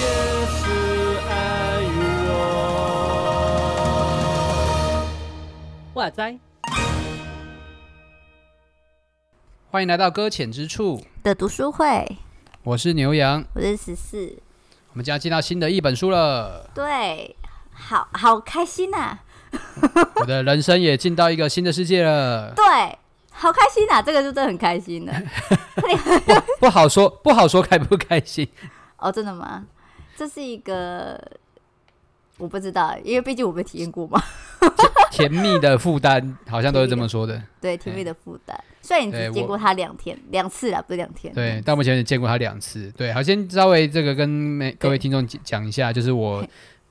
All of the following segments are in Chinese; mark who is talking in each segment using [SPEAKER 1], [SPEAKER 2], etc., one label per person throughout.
[SPEAKER 1] 也是爱我。哇塞！
[SPEAKER 2] 欢迎来到搁浅之处，
[SPEAKER 3] 的读书会，
[SPEAKER 2] 我是牛羊。
[SPEAKER 3] 我是十四。
[SPEAKER 2] 我们将要进到新的一本书了，
[SPEAKER 3] 对，好好开心呐、
[SPEAKER 2] 我的人生也进到一个新的世界 了。
[SPEAKER 3] 对，好开心呐、这个就真的很开心的。
[SPEAKER 2] 不好说，不好说开不开心。
[SPEAKER 3] 哦，真的吗？这是一个我不知道，因为毕竟我没体验过嘛。
[SPEAKER 2] 甜蜜的负担好像都是这么说的，
[SPEAKER 3] 对，TV 的负担，虽然你
[SPEAKER 2] 对
[SPEAKER 3] 只
[SPEAKER 2] 我
[SPEAKER 3] 见过他两天两次啦，不是两天。嗯
[SPEAKER 2] 对。到目前也见过他两次，对。好，先稍微这个跟每各位听众讲讲一下，就是我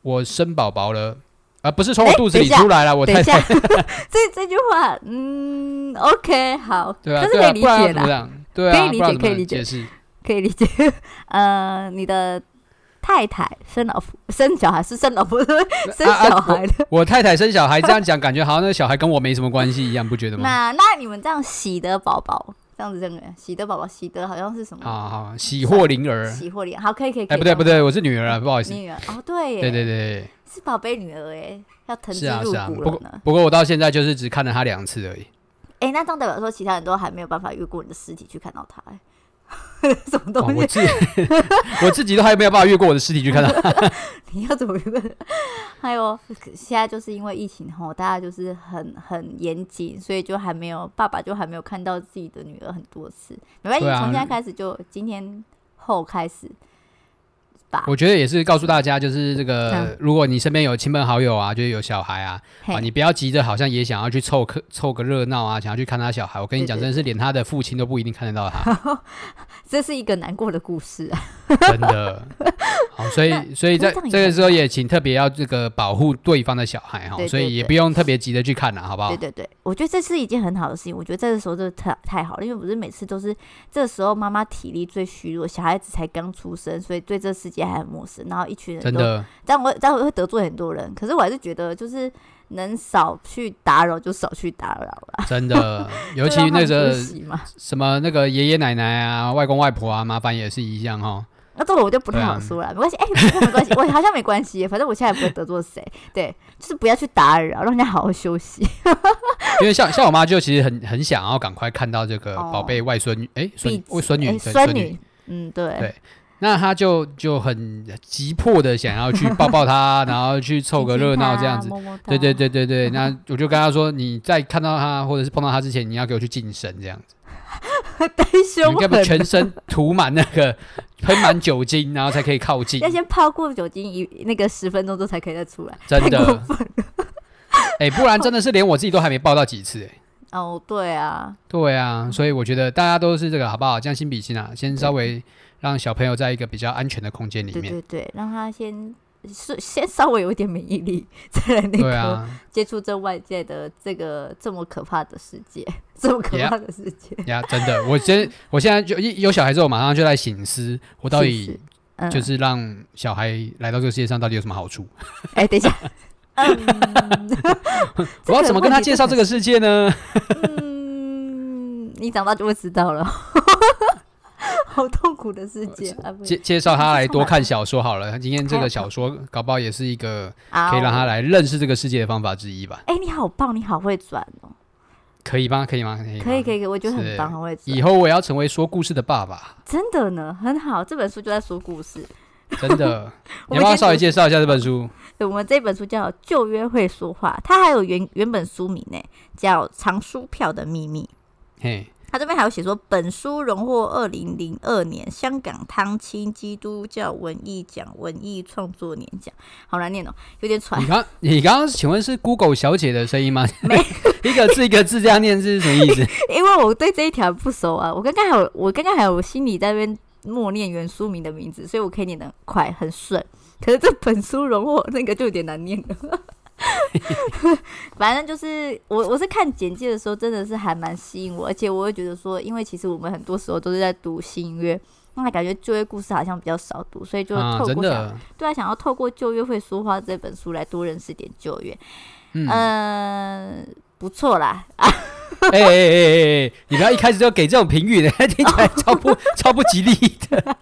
[SPEAKER 2] 我生宝宝了，啊，不是从我
[SPEAKER 3] 哎
[SPEAKER 2] 肚子里
[SPEAKER 3] 等一下
[SPEAKER 2] 出来了，我
[SPEAKER 3] 等
[SPEAKER 2] 太
[SPEAKER 3] 一
[SPEAKER 2] 太
[SPEAKER 3] 下， 这这句话，嗯，OK，好，
[SPEAKER 2] 对啊，
[SPEAKER 3] 但是
[SPEAKER 2] 对
[SPEAKER 3] 可以
[SPEAKER 2] 啊，
[SPEAKER 3] 理
[SPEAKER 2] 不然要
[SPEAKER 3] 解
[SPEAKER 2] 怎么
[SPEAKER 3] 啦，
[SPEAKER 2] 样？对啊，
[SPEAKER 3] 可以理
[SPEAKER 2] 不
[SPEAKER 3] 解
[SPEAKER 2] 然怎么
[SPEAKER 3] 可以理解
[SPEAKER 2] 解释。
[SPEAKER 3] 可以理解。 呃，你的太太生老婆生小孩是生老婆生
[SPEAKER 2] 啊啊
[SPEAKER 3] 小孩的，
[SPEAKER 2] 我太太生小孩这样讲，感觉好像那个小孩跟我没什么关系一样，不觉得吗？
[SPEAKER 3] 那那你们这样喜得宝宝，这样子认为喜得宝宝喜得好像是什么？
[SPEAKER 2] 好好，喜获麟儿。
[SPEAKER 3] 喜或脸，好，可以可以。可
[SPEAKER 2] 哎，
[SPEAKER 3] 以
[SPEAKER 2] 不对
[SPEAKER 3] 这样
[SPEAKER 2] 不对，我是女儿啊，不好意思。
[SPEAKER 3] 女儿哦，对耶，
[SPEAKER 2] 对对对，
[SPEAKER 3] 是宝贝女儿哎，要疼
[SPEAKER 2] 是
[SPEAKER 3] 之
[SPEAKER 2] 啊
[SPEAKER 3] 入
[SPEAKER 2] 是啊。
[SPEAKER 3] 骨
[SPEAKER 2] 不
[SPEAKER 3] 了
[SPEAKER 2] 过
[SPEAKER 3] 呢。
[SPEAKER 2] 不过我到现在就是只看了他两次而 已。
[SPEAKER 3] 哎、那这样代表说，其他人都还没有办法越过你的尸体去看到他、欸， 什么
[SPEAKER 2] 哦
[SPEAKER 3] 东
[SPEAKER 2] 我自
[SPEAKER 3] 西？
[SPEAKER 2] 己我自己都还没有办法越过我的尸体去看他。
[SPEAKER 3] 你要怎么越过？还有，现在就是因为疫情吼，大家就是很很严谨，所以就还没有爸爸就还没有看到自己的女儿很多次。没关系，
[SPEAKER 2] 对啊
[SPEAKER 3] 从现在开始就今天后开始吧。
[SPEAKER 2] 我觉得也是告诉大家，就是这个
[SPEAKER 3] 嗯，
[SPEAKER 2] 如果你身边有亲朋好友啊，就是有小孩啊，
[SPEAKER 3] 嘿
[SPEAKER 2] 啊，你不要急着好像也想要去凑客凑个热闹啊，想要去看他小孩。我跟你讲，
[SPEAKER 3] 对对
[SPEAKER 2] 真的是连他的父亲都不一定看得到 他。
[SPEAKER 3] 这是一个难过的故事啊。
[SPEAKER 2] 真的。好，所以所以在
[SPEAKER 3] 通常也
[SPEAKER 2] 这个
[SPEAKER 3] 很
[SPEAKER 2] 时候也请特别要这个保护对方的小孩哈，
[SPEAKER 3] 对对
[SPEAKER 2] 所以也
[SPEAKER 3] 对
[SPEAKER 2] 不用特别急着去看了，啊好不好
[SPEAKER 3] 对？对对，我觉得这是一件很好的事情。我觉得这个时候真的太太好了，因为不是每次都是这个时候妈妈体力最虚弱，小孩子才刚出生，所以对这世界还很陌生。然后一群人
[SPEAKER 2] 真
[SPEAKER 3] 都，
[SPEAKER 2] 的，
[SPEAKER 3] 但我但我会得罪很多人，可是我还是觉得就是能少去打扰就少去打扰 了。
[SPEAKER 2] 真 的， 尤其
[SPEAKER 3] 就让
[SPEAKER 2] 那
[SPEAKER 3] 他们
[SPEAKER 2] 个
[SPEAKER 3] 休息嘛，
[SPEAKER 2] 什么那个爷爷奶奶啊、外公外婆啊，麻烦也是一样哈。
[SPEAKER 3] 那这个我就不太
[SPEAKER 2] 对啊
[SPEAKER 3] 好说了，没关系，哎、没关系，我好像没关系耶，反正我现在也不会得罪谁。对，就是不要去打扰，让人家好好休息。
[SPEAKER 2] 因为像像我妈就其实很很想要赶快看到这个
[SPEAKER 3] 哦
[SPEAKER 2] 宝贝外孙女，哎，
[SPEAKER 3] 毕
[SPEAKER 2] 孙
[SPEAKER 3] 竟
[SPEAKER 2] 外孙女
[SPEAKER 3] 哎
[SPEAKER 2] 对
[SPEAKER 3] 孙
[SPEAKER 2] 孙
[SPEAKER 3] 女，，嗯，对，
[SPEAKER 2] 对那她就就很急迫的想要去抱抱 她，然后去凑个
[SPEAKER 3] 亲亲
[SPEAKER 2] 热闹
[SPEAKER 3] 她
[SPEAKER 2] 这样子。
[SPEAKER 3] 啊摸摸
[SPEAKER 2] 对
[SPEAKER 3] 她
[SPEAKER 2] 对对对对，
[SPEAKER 3] 嗯
[SPEAKER 2] 那我就跟她说，你在看到她或者是碰到她之前，你要给我去净身这样。
[SPEAKER 3] 太
[SPEAKER 2] 你
[SPEAKER 3] 凶
[SPEAKER 2] 们该
[SPEAKER 3] 狠
[SPEAKER 2] 不会
[SPEAKER 3] 了，
[SPEAKER 2] 全身涂满那 个喷满酒精，然后才可以靠近
[SPEAKER 3] 要？先泡过酒精一那个十分钟之后才可以再出来，
[SPEAKER 2] 真
[SPEAKER 3] 太过
[SPEAKER 2] 的，哎、不然真的是连我自己都还没报到几次、哎，
[SPEAKER 3] 哦，对啊，
[SPEAKER 2] 对啊，所以我觉得大家都是这个好不好？将心比心啊，先稍微让小朋友在一个比较安全的空间里
[SPEAKER 3] 对
[SPEAKER 2] 面。
[SPEAKER 3] 对对，让他先是先稍微有一点免疫力，再来那个、
[SPEAKER 2] 对 啊，
[SPEAKER 3] 接触这外界的这个这么可怕的世界， 这么可怕的世界，
[SPEAKER 2] 呀，真的，我先，我现在就一有小孩之后，马上就在醒思，我到
[SPEAKER 3] 是
[SPEAKER 2] 底
[SPEAKER 3] 是嗯，
[SPEAKER 2] 就是让小孩来到这个世界上到底有什么好处？
[SPEAKER 3] 哎、等 一下，嗯
[SPEAKER 2] 我要怎么跟他介绍这
[SPEAKER 3] 个
[SPEAKER 2] 个世界呢？
[SPEAKER 3] 嗯，你长大就会知道了， 好痛苦的世界啊！不
[SPEAKER 2] 介介绍他来多看小说好了，今天这个小 说搞不好也是一个
[SPEAKER 3] 啊
[SPEAKER 2] 可以让他来认识这个世界的方法之一吧？
[SPEAKER 3] 哎、你好棒，你好会转哦！
[SPEAKER 2] 可以吗？可以吗？可以吗
[SPEAKER 3] 可以可以，可以我觉得
[SPEAKER 2] 是
[SPEAKER 3] 很棒，很会转
[SPEAKER 2] 以。后我也要成为说故事的爸爸，
[SPEAKER 3] 真的呢，很好。这本书就在说故事。
[SPEAKER 2] 真的。 你
[SPEAKER 3] 我
[SPEAKER 2] 要不要
[SPEAKER 3] 们
[SPEAKER 2] 稍微
[SPEAKER 3] 先
[SPEAKER 2] 介绍一下这本书？
[SPEAKER 3] 对我们这本书叫《旧约会说话》，它还有原原本书名呢，叫《藏书票的秘密》。
[SPEAKER 2] 嘿，
[SPEAKER 3] 它这边还有写说，本书荣获二零零二年香港汤青基督教文艺奖文艺创作年奖。好难念哦，有点喘
[SPEAKER 2] 你。刚你刚刚请问是 Google 小姐的声音 吗？ 一个字一个字这样念是什么意思？
[SPEAKER 3] 因为我对这一条不熟啊，我刚刚还有我刚刚还有心里在那边默念原书名的名字，所以我可以念得很快很顺。可是这本书容我那个就有点难念了。 反正就是我我是看简介的时候，真的是还蛮吸引我，而且我会觉得说，因为其实我们很多时候都是在读新约，那感觉旧约故事好像比较少读， 所以就
[SPEAKER 2] 啊，
[SPEAKER 3] 透
[SPEAKER 2] 真
[SPEAKER 3] 过想、
[SPEAKER 2] 的，
[SPEAKER 3] 对啊，想要透过旧约会说话这本书来多认识点旧约。
[SPEAKER 2] 嗯，哎
[SPEAKER 3] 嗯，不错啦，
[SPEAKER 2] 哎哎哎哎，你不要一开始就给这种评语的，听起来
[SPEAKER 3] 哦
[SPEAKER 2] 超不超不吉利 的，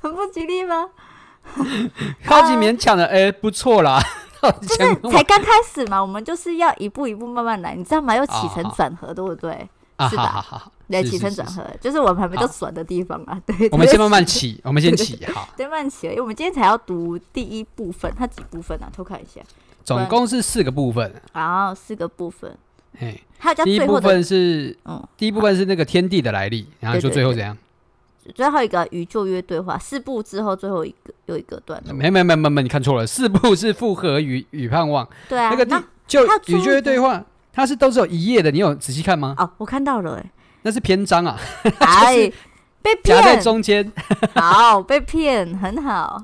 [SPEAKER 3] 很不吉利吗？
[SPEAKER 2] 超级勉强的，哎，不错啦，
[SPEAKER 3] 呃 就是才刚开始嘛，我们就是要一步一步慢慢来，你知道吗？要起承
[SPEAKER 2] 哦好
[SPEAKER 3] 转合，对不对？
[SPEAKER 2] 啊，
[SPEAKER 3] 是
[SPEAKER 2] 好
[SPEAKER 3] 吧
[SPEAKER 2] 好好，
[SPEAKER 3] 对，
[SPEAKER 2] 是
[SPEAKER 3] 起
[SPEAKER 2] 是
[SPEAKER 3] 承
[SPEAKER 2] 是
[SPEAKER 3] 转
[SPEAKER 2] 是
[SPEAKER 3] 合就是我们还没
[SPEAKER 2] 好
[SPEAKER 3] 到转的地方啊。对，
[SPEAKER 2] 我们
[SPEAKER 3] 对
[SPEAKER 2] 先慢慢 起，我们先起，好，
[SPEAKER 3] 对慢起来，因为我们今天才要读第一部分，它几部分啊？偷看一下，
[SPEAKER 2] 总共是四个部分，
[SPEAKER 3] 然后四个部分，
[SPEAKER 2] 哎，
[SPEAKER 3] 还有加
[SPEAKER 2] 第一
[SPEAKER 3] 最后
[SPEAKER 2] 部
[SPEAKER 3] 的，
[SPEAKER 2] 分是
[SPEAKER 3] 嗯，
[SPEAKER 2] 第一部分是那个天地的来历，然后你说
[SPEAKER 3] 对对
[SPEAKER 2] 最后怎样？
[SPEAKER 3] 最后一个与旧约对话，四部之后最后一个有一个段落。
[SPEAKER 2] 没没没没没，你看错了，四部是复合与与盼望，
[SPEAKER 3] 对啊，
[SPEAKER 2] 那个地
[SPEAKER 3] 那
[SPEAKER 2] 就
[SPEAKER 3] 他注
[SPEAKER 2] 与
[SPEAKER 3] 意
[SPEAKER 2] 就业
[SPEAKER 3] 的
[SPEAKER 2] 对话，它是都是有一页的，你有仔细看吗？
[SPEAKER 3] 哦，我看到了、 欸，
[SPEAKER 2] 那是篇章啊，
[SPEAKER 3] 哎，被
[SPEAKER 2] 夹在
[SPEAKER 3] 骗，
[SPEAKER 2] 中间。
[SPEAKER 3] 好，被骗，很好，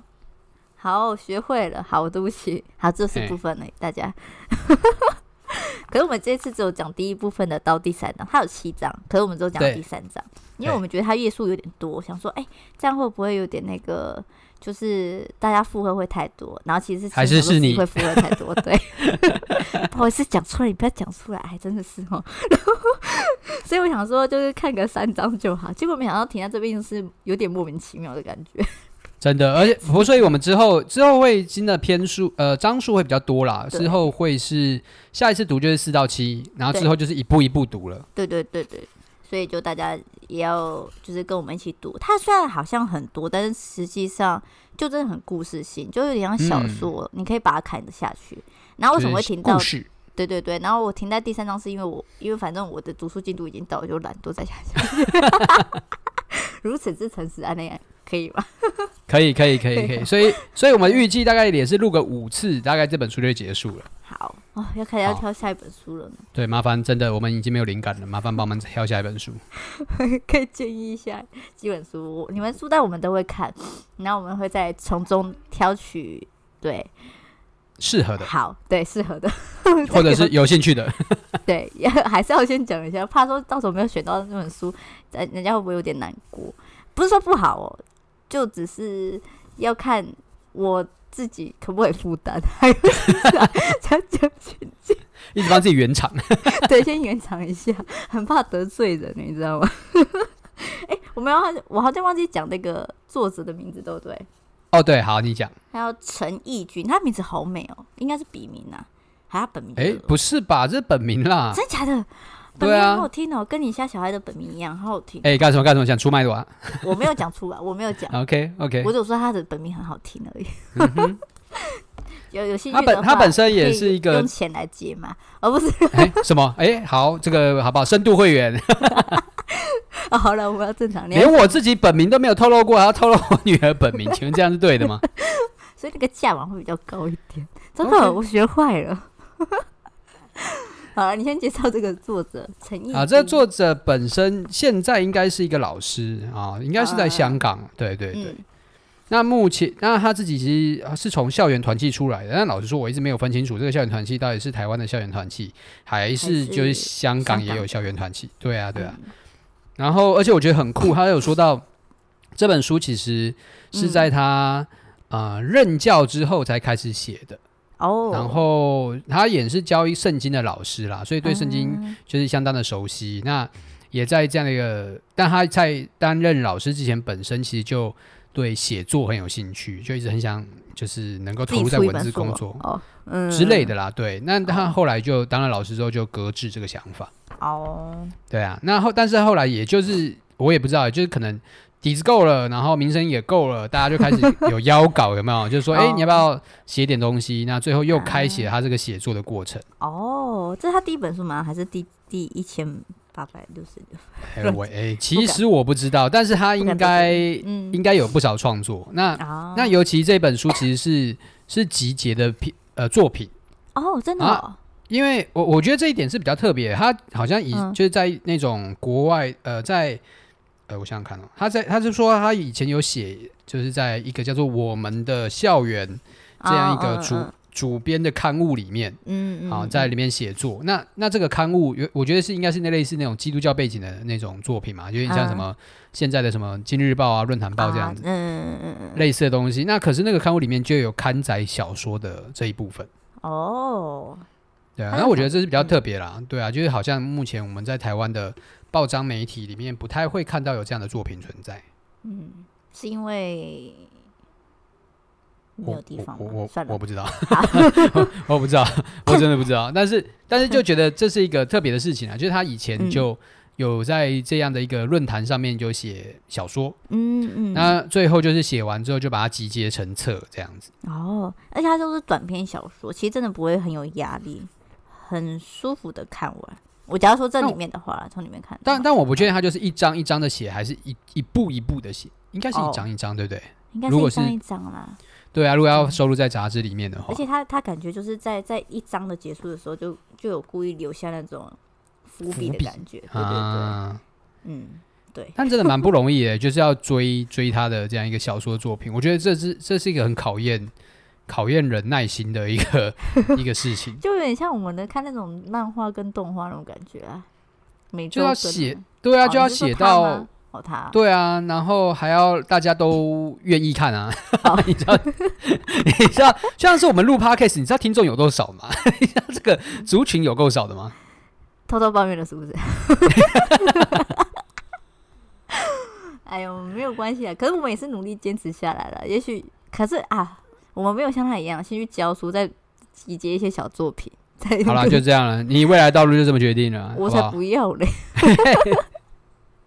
[SPEAKER 3] 好，学会了，好，对不起，好，这四部分呢，大家。 可是我们这次只有讲第一部分的到第三章，它有七章，可是我们只有讲
[SPEAKER 2] 对
[SPEAKER 3] 第三章，因为我们觉得它页数有点多，想说，哎、这样会不会有点那个，就是大家负荷会太多，然后其实
[SPEAKER 2] 还是
[SPEAKER 3] 想说
[SPEAKER 2] 是你
[SPEAKER 3] 自己会负荷太多，对， 不好意思讲错了，你不要讲出来，哎真的是哦。 然后，所以我想说，就是看个三章就好，结果没想到停在这边是有点莫名其妙的感觉。
[SPEAKER 2] 真的，而且不，所以我们之后之后会新的篇数，呃，章数会比较多啦。
[SPEAKER 3] 对
[SPEAKER 2] 之后会是下一次读就是四到七，然后之
[SPEAKER 3] 对哦
[SPEAKER 2] 后就是一步一步读了。
[SPEAKER 3] 对对对对，所以就大家也要就是跟我们一起读。它虽然好像很多，但是实际上就真的很故事性，就有点像小说，你可以把它看得下去。然后为什么会
[SPEAKER 2] 嗯就是
[SPEAKER 3] 停到
[SPEAKER 2] 故？事？
[SPEAKER 3] 对对对，然后我停在第三章是因为我，因为反正我的读书进度已经到了，我就懒惰再下去。 如此之诚实啊，那样可以吗？
[SPEAKER 2] 可以，可以，可以，可
[SPEAKER 3] 对
[SPEAKER 2] 以。所以，所以我们预计大概也是录个五次，大概这本书就会结束了。
[SPEAKER 3] 好哦，要开始要
[SPEAKER 2] 好
[SPEAKER 3] 挑下一本书了呢，
[SPEAKER 2] 对，麻烦真的，我们已经没有灵感了，麻烦帮我们挑下一本书。
[SPEAKER 3] 可以建议一下几本书，我你们书单我们都会看，然后我们会再从中挑取对
[SPEAKER 2] 适合 的，
[SPEAKER 3] 好对适合的，
[SPEAKER 2] 或者是有兴趣的。
[SPEAKER 3] 对， 也还是要先讲一下，怕说到时候没有选到那本书，呃人家会不会有点难过？不是说不好哦，就只是要看我自己可不可以负担， 还有讲讲
[SPEAKER 2] 一直帮自己圆场。
[SPEAKER 3] 对，先圆场一下，很怕得罪人，你知道吗？ 哎、我们要我好像忘记讲那个作者的名字，对不对？
[SPEAKER 2] 哦，对，好，你讲。
[SPEAKER 3] 他叫陈义君，他名字好美哦，应该是笔名啊，还是他本名？
[SPEAKER 2] 哎，不是吧？这是本名啦。
[SPEAKER 3] 真假的？本
[SPEAKER 2] 对
[SPEAKER 3] 名
[SPEAKER 2] 啊
[SPEAKER 3] 很好听哦，跟你家小孩的本名一样，好好听。哦
[SPEAKER 2] 哎，干什么干什么？想出卖我
[SPEAKER 3] 我没有讲出来，我没有讲，
[SPEAKER 2] ？OK OK 嗯
[SPEAKER 3] 我。只有说他的本名很好听而已。 有有兴趣
[SPEAKER 2] 他本
[SPEAKER 3] 的话
[SPEAKER 2] 他本身也
[SPEAKER 3] 可以
[SPEAKER 2] 是一个
[SPEAKER 3] 用钱来接嘛，而、不是。
[SPEAKER 2] 哎什么？哎，好，这个好不好？深度会 员，
[SPEAKER 3] 哦好了，我要正常。你要
[SPEAKER 2] 连我自己本名都没有透露过，还要透露我女儿本名，请问这样是对 的吗？
[SPEAKER 3] 所以那个价码会比较高一点。真
[SPEAKER 2] OK
[SPEAKER 3] 的，我学坏了。 好了，你先介绍这个作者陈毅
[SPEAKER 2] 啊，这个作者本身现在应该是一个老师啊，应该是在香港。啊对对对。
[SPEAKER 3] 嗯，
[SPEAKER 2] 那目前，那他自己其实是从校园团契出来的。但老实说，我一直没有分清楚这个校园团契到底是台湾的校园团契，还是就是香港也有校园团契。对啊，对啊。
[SPEAKER 3] 嗯
[SPEAKER 2] 然后，而且我觉得很酷， 他有说到这本书其实是
[SPEAKER 3] 嗯
[SPEAKER 2] 在他、呃任教之后才开始写的。
[SPEAKER 3] 哦，
[SPEAKER 2] 然后他也是教一圣经的老师啦，所以对圣经
[SPEAKER 3] 嗯
[SPEAKER 2] 就是相当的熟悉。那也在这样的一个，但他在担任老师之前，本身其实就对写作很有兴趣，就一直很想就是能够
[SPEAKER 3] 自
[SPEAKER 2] 投
[SPEAKER 3] 己
[SPEAKER 2] 入在
[SPEAKER 3] 出一
[SPEAKER 2] 文
[SPEAKER 3] 本
[SPEAKER 2] 字
[SPEAKER 3] 书
[SPEAKER 2] 工
[SPEAKER 3] 哦
[SPEAKER 2] 作
[SPEAKER 3] 哦，嗯
[SPEAKER 2] 之类的啦。对，那他后来就当了老师之后就搁置这个想法。
[SPEAKER 3] 哦，
[SPEAKER 2] 对啊，那后但是后来也就是我也不知道，就是可能底子够了，然后名声也够了，大家就开 始有邀稿，有没有？就是 说，哎、
[SPEAKER 3] 哦
[SPEAKER 2] 你要不要写点东西？那最后又开启了他这个写作的过 程。
[SPEAKER 3] 哦，这是他第一本书吗？还是第第一千八百六十六？
[SPEAKER 2] 哎、
[SPEAKER 3] 乱
[SPEAKER 2] 我哎、其实我不知道，但是他应该
[SPEAKER 3] 嗯
[SPEAKER 2] 应该有不哦少创作。那、
[SPEAKER 3] 啊，
[SPEAKER 2] 那尤其这本书其实是是集结的品呃作品。
[SPEAKER 3] 哦，真的哦，
[SPEAKER 2] 因为我我觉得这一点是比较特别，他好像以、
[SPEAKER 3] 嗯
[SPEAKER 2] 就是在那种国外，呃，在呃，我想想看哦，他在他是说他以前有写，就是在一个叫做《我们的校园》这样一个
[SPEAKER 3] 哦
[SPEAKER 2] 主、
[SPEAKER 3] 嗯
[SPEAKER 2] 主编的刊物里面，
[SPEAKER 3] 嗯嗯，
[SPEAKER 2] 啊，
[SPEAKER 3] 嗯
[SPEAKER 2] 在里面写作。那那这个刊物，有我觉得是应该是那类似那种基督教背景的那种作品嘛，有点像什么现在的什么《今日报》啊、《论坛报》这样子、
[SPEAKER 3] 嗯啊嗯嗯嗯嗯嗯，
[SPEAKER 2] 类似的东西。那可是那个刊物里面就有刊载小说的这一部分。
[SPEAKER 3] 哦，
[SPEAKER 2] 对啊，
[SPEAKER 3] 它是
[SPEAKER 2] 那我觉
[SPEAKER 3] 很
[SPEAKER 2] 得这是比较特别啦。对啊，就是好像目前我们在台湾的报章媒体里面不太会看到有这样的作品存在。
[SPEAKER 3] 嗯，是因为没有
[SPEAKER 2] 我
[SPEAKER 3] 地方
[SPEAKER 2] 我
[SPEAKER 3] 吗
[SPEAKER 2] 我
[SPEAKER 3] 算了
[SPEAKER 2] 我，不知道， 我不知道，我真的不知道。但是但是就觉得这是一个特别的事情啊，就是他以前
[SPEAKER 3] 嗯
[SPEAKER 2] 就有在这样的一个论坛上面就写小说，
[SPEAKER 3] 嗯嗯，
[SPEAKER 2] 那最后就是写完之后就把它集结成册这样子。
[SPEAKER 3] 哦，而且它都是短篇小说，其实真的不会很有压力，很舒服的看完。我假如说这
[SPEAKER 2] 那
[SPEAKER 3] 里
[SPEAKER 2] 我
[SPEAKER 3] 面的话啦，从里面看的话，
[SPEAKER 2] 但但我不确定他就是一张一张的写，还是一一步一步的写，应该是一
[SPEAKER 3] 哦
[SPEAKER 2] 张一张，对不对？
[SPEAKER 3] 应该
[SPEAKER 2] 如果
[SPEAKER 3] 一张
[SPEAKER 2] 是
[SPEAKER 3] 一张啦，
[SPEAKER 2] 对啊，如果要收录在杂志里面的话
[SPEAKER 3] 而，且他他感觉就是在在一章的结束的时候就就有故意留下那种伏笔
[SPEAKER 2] 伏
[SPEAKER 3] 的
[SPEAKER 2] 笔
[SPEAKER 3] 感觉，对对对，
[SPEAKER 2] 啊，
[SPEAKER 3] 嗯，对，
[SPEAKER 2] 但真的蛮不容易的， 就是要追追他的这样一个小说作品，我觉得这是这是一个很考验考验人耐心的一个 一个事情，
[SPEAKER 3] 就有点像我们的看那种漫画跟动画那种感觉啊，每
[SPEAKER 2] 就
[SPEAKER 3] 周
[SPEAKER 2] 要
[SPEAKER 3] 更
[SPEAKER 2] 写
[SPEAKER 3] 啊
[SPEAKER 2] 对啊，
[SPEAKER 3] 哦
[SPEAKER 2] 就要
[SPEAKER 3] 你是说
[SPEAKER 2] 写
[SPEAKER 3] 他吗
[SPEAKER 2] 到。
[SPEAKER 3] 哦他
[SPEAKER 2] 对啊，然后还要大家都愿意看啊，
[SPEAKER 3] 哦
[SPEAKER 2] 你知道，你知道，像是我们录 podcast，你知道听众有多少吗？ 你知道这个族群有够少 的吗？
[SPEAKER 3] 偷偷抱怨了是不是？ 哎呦，没有关系啊，可是我们也是努力坚持下来了。也许，可是啊，我们没有像他一样先去教书，再集结一些小作品，再
[SPEAKER 2] 好啦，就这样了，你未来道路就这么决定了，好 不
[SPEAKER 3] 我才
[SPEAKER 2] 好？
[SPEAKER 3] 不要 嘞！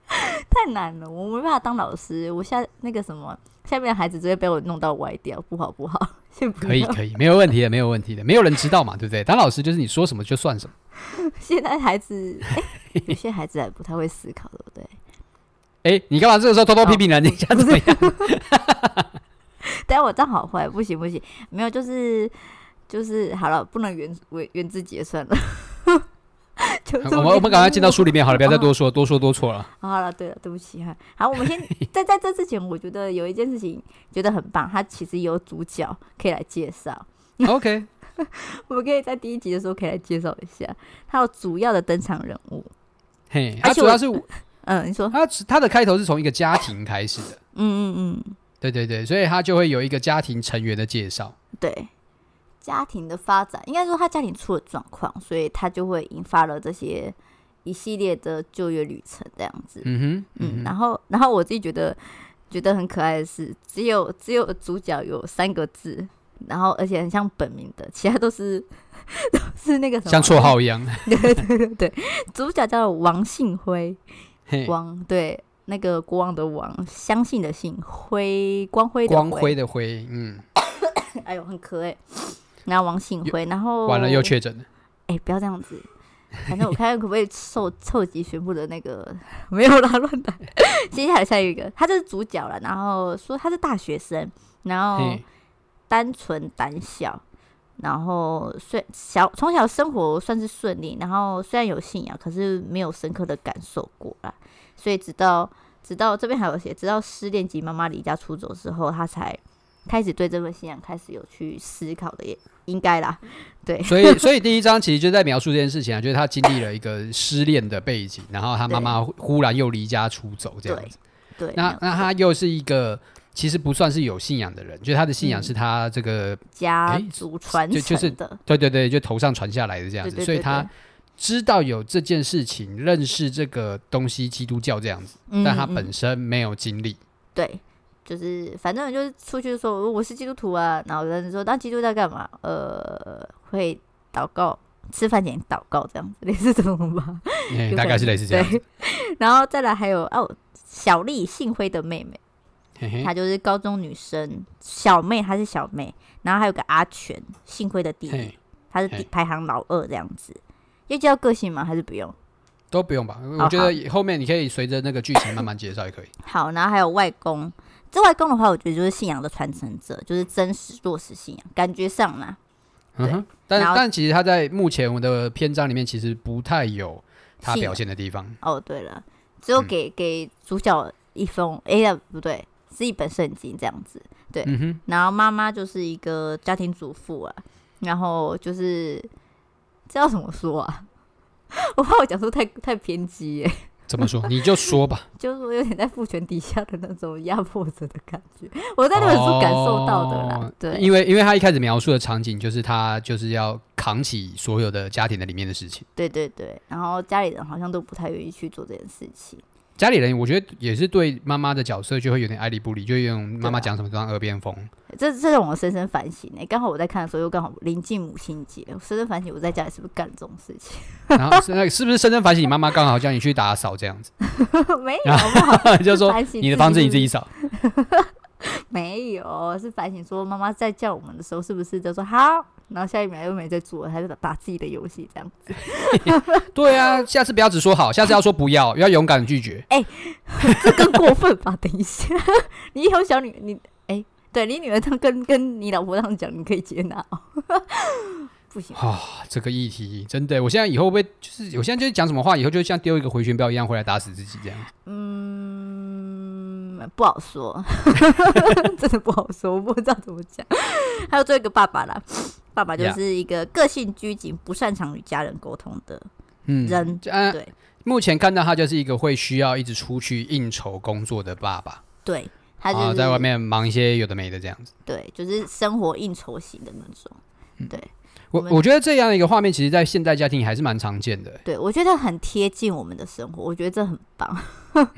[SPEAKER 3] 太难了，我没办法当老师。我下那个什么，下面的孩子直接被我弄到歪掉，不好不好， 先不
[SPEAKER 2] 可以
[SPEAKER 3] 要。
[SPEAKER 2] 可以，没有问题的，没有问题的，没有人知道嘛，对不对？当老师就是你说什么就算什么。
[SPEAKER 3] 现在孩子，哎、有些孩子还不太会思考，对不 对？
[SPEAKER 2] 哎、你干嘛这个时候偷偷批评人？
[SPEAKER 3] 哦
[SPEAKER 2] 你想怎么样？
[SPEAKER 3] 但我账好坏，不行不行，没有就是就是好了，不能圆圆圆自己也算了。 就这
[SPEAKER 2] 我
[SPEAKER 3] 么
[SPEAKER 2] 们我们赶快进到书里面好了，不要再
[SPEAKER 3] 啊
[SPEAKER 2] 多说，多说多错 了。
[SPEAKER 3] 好了，对了，对不起哈。好，我 们先在在这之前，我觉得有一件事情觉得很棒，它其实有主角可以来介绍，
[SPEAKER 2] OK，
[SPEAKER 3] 我们可以在第一集的时候可以来介绍一下，它有主要的登场人物。
[SPEAKER 2] 嘿，
[SPEAKER 3] 而
[SPEAKER 2] 他
[SPEAKER 3] 且
[SPEAKER 2] 主要
[SPEAKER 3] 我
[SPEAKER 2] 是
[SPEAKER 3] 嗯，你说，
[SPEAKER 2] 他他的开头是从一个家庭开始的，
[SPEAKER 3] 嗯嗯嗯，
[SPEAKER 2] 对对对，所以他就会有一个家庭成员的介绍。
[SPEAKER 3] 对，家庭的发展，应该说他家庭出了状况，所以他就会引发了这些一系列的就业旅程这样子。
[SPEAKER 2] 嗯哼，
[SPEAKER 3] 嗯，
[SPEAKER 2] 嗯
[SPEAKER 3] 然
[SPEAKER 2] 哼，
[SPEAKER 3] 后然后我自己觉得觉得很可爱的是，只有只有主角有三个字，然后而且很像本名的，其他都是 都是那个什么
[SPEAKER 2] 像绰。号一样。
[SPEAKER 3] 对对对对，主角叫王信辉，
[SPEAKER 2] 嘿，
[SPEAKER 3] 王对那个国王的王，相信的信，辉光辉的
[SPEAKER 2] 光辉，的辉，嗯，
[SPEAKER 3] 哎呦很可爱。然后王信辉，然后
[SPEAKER 2] 完了又确诊了。
[SPEAKER 3] 哎、不要这样子。反正我看看可不可以凑凑集全部的那个，没有啦，乱来。 接下来下一个，他就是主角了，然后说他是大学生，然后
[SPEAKER 2] 嘿，
[SPEAKER 3] 单纯胆小，然后虽小从小生活算是顺利，然后虽然有信仰，可是没有深刻的感受过啦，所以直到直到这边还有写，直到失恋及妈妈离家出走之后，他才开始对这份信仰开始有去思考的，也应该啦，对，
[SPEAKER 2] 所以 所以第一章其实就在描述这件事情啊，就是他经历了一个失恋的背景，然后他妈妈忽然又离家出走这样
[SPEAKER 3] 对
[SPEAKER 2] 子。
[SPEAKER 3] 对，没
[SPEAKER 2] 那
[SPEAKER 3] 有
[SPEAKER 2] 那他又是一个其实不算是有信仰的人，就是他的信
[SPEAKER 3] 嗯
[SPEAKER 2] 仰是他这个、
[SPEAKER 3] 家
[SPEAKER 2] 诶
[SPEAKER 3] 族传
[SPEAKER 2] 就就是
[SPEAKER 3] 承的，
[SPEAKER 2] 对对对，就头上传下来的这样
[SPEAKER 3] 对
[SPEAKER 2] 子，
[SPEAKER 3] 对
[SPEAKER 2] 所以
[SPEAKER 3] 对
[SPEAKER 2] 他
[SPEAKER 3] 对
[SPEAKER 2] 知道有这件事情，认识这个东西基督教这样子，
[SPEAKER 3] 嗯
[SPEAKER 2] 但他
[SPEAKER 3] 嗯
[SPEAKER 2] 本身没有经历。
[SPEAKER 3] 对，就是反正就是出去说呃我是基督徒啊，然后有人说那基督在干嘛？呃，会祷告，吃饭前祷告这样子，类 似这种吧。
[SPEAKER 2] 哎、
[SPEAKER 3] 有
[SPEAKER 2] 大
[SPEAKER 3] 可
[SPEAKER 2] 概是
[SPEAKER 3] 能
[SPEAKER 2] 类似这样子。
[SPEAKER 3] 对，然后再来还有哦，小丽幸辉的妹妹，
[SPEAKER 2] 嘿嘿
[SPEAKER 3] 她就是高中女生，小妹她是小妹，然后还有个阿全，幸辉的弟弟，
[SPEAKER 2] 嘿，
[SPEAKER 3] 他是第
[SPEAKER 2] 嘿
[SPEAKER 3] 排行老二这样子。要介绍个性吗？还是不用？
[SPEAKER 2] 都不用吧，我
[SPEAKER 3] 好
[SPEAKER 2] 觉得后面你可以随着那个剧情慢慢介绍也可以。
[SPEAKER 3] 好，然后还有外公。这外公的话，我觉得就是信仰的传承者，就是真实落实信仰，感觉上啦。
[SPEAKER 2] 嗯哼，但
[SPEAKER 3] 然后
[SPEAKER 2] 但其实他在目前我的篇章里面其实不太有他
[SPEAKER 3] 信
[SPEAKER 2] 表
[SPEAKER 3] 仰
[SPEAKER 2] 现的地方。
[SPEAKER 3] 哦，对了，只有
[SPEAKER 2] 嗯
[SPEAKER 3] 给、给主角一封，哎呀，不对，是一本圣经这样子。对
[SPEAKER 2] 嗯哼，
[SPEAKER 3] 然后妈妈就是一个家庭主妇啊，然后 就是这要怎么说啊？我怕我讲出太太偏激耶、
[SPEAKER 2] 怎么说？ 你就说吧。
[SPEAKER 3] 就是我有点在父权底下的那种压迫者的感觉，我在那本书感受到的啦。
[SPEAKER 2] 哦
[SPEAKER 3] 对，
[SPEAKER 2] 因为因为他一开始描述的场景就是他就是要扛起所有的家庭的里面的事情。
[SPEAKER 3] 对对对，然后家里人好像都不太愿意去做这件事情。
[SPEAKER 2] 家里人我觉得也是对妈妈的角色就会有点爱理不理，就用妈
[SPEAKER 3] 对
[SPEAKER 2] 妈
[SPEAKER 3] 啊
[SPEAKER 2] 讲什么当耳边风。
[SPEAKER 3] 这这让我深深反省诶、刚好我在看的时候又刚好临近母亲节，我深深反省我在家里是不是干这种事情？
[SPEAKER 2] 然后是那个是不是深深反省你妈妈刚好叫你去打扫这样子，
[SPEAKER 3] 没有，
[SPEAKER 2] 然
[SPEAKER 3] 好不好？
[SPEAKER 2] 就说
[SPEAKER 3] 反省
[SPEAKER 2] 你的房子你自己
[SPEAKER 3] 己
[SPEAKER 2] 扫。
[SPEAKER 3] 没有，是反省说妈妈在叫我们的时候是不是就说好，然后下一秒又没在做了，还在打打自己的游戏这样。
[SPEAKER 2] 对啊，下次不要只说好，下次要说不要，要勇敢地拒绝。
[SPEAKER 3] 这更过分吧？等一下， 你以后小女你哎、对你女儿这样跟跟你老婆这样讲，你可以接纳哦。 不行，
[SPEAKER 2] 啊、这个议题真的，我现在以后会不会就是我现在就是讲什么话，以后就像丢一个回旋镖一样回来打死自己这样。
[SPEAKER 3] 嗯，不 好说， 真的不好说，我不知道怎么讲。还有最后一个爸爸啦，爸爸就
[SPEAKER 2] Yeah
[SPEAKER 3] 是一个个性拘谨、不擅长与家人沟通的
[SPEAKER 2] 嗯，
[SPEAKER 3] 人。
[SPEAKER 2] 啊
[SPEAKER 3] 对
[SPEAKER 2] 目前看到他就是一个会需要一直出去应酬工作的爸爸，
[SPEAKER 3] 对，他
[SPEAKER 2] 然
[SPEAKER 3] 就
[SPEAKER 2] 后
[SPEAKER 3] 是
[SPEAKER 2] 哦在外面忙一些有的没的这样子。
[SPEAKER 3] 对，就是生活应酬型的那种。
[SPEAKER 2] 我
[SPEAKER 3] 我们
[SPEAKER 2] 我觉得这样的一个画面，其实在现代家庭还是蛮常见的。
[SPEAKER 3] 对我觉得很贴近我们的生活，我觉得这很棒。
[SPEAKER 2] 呃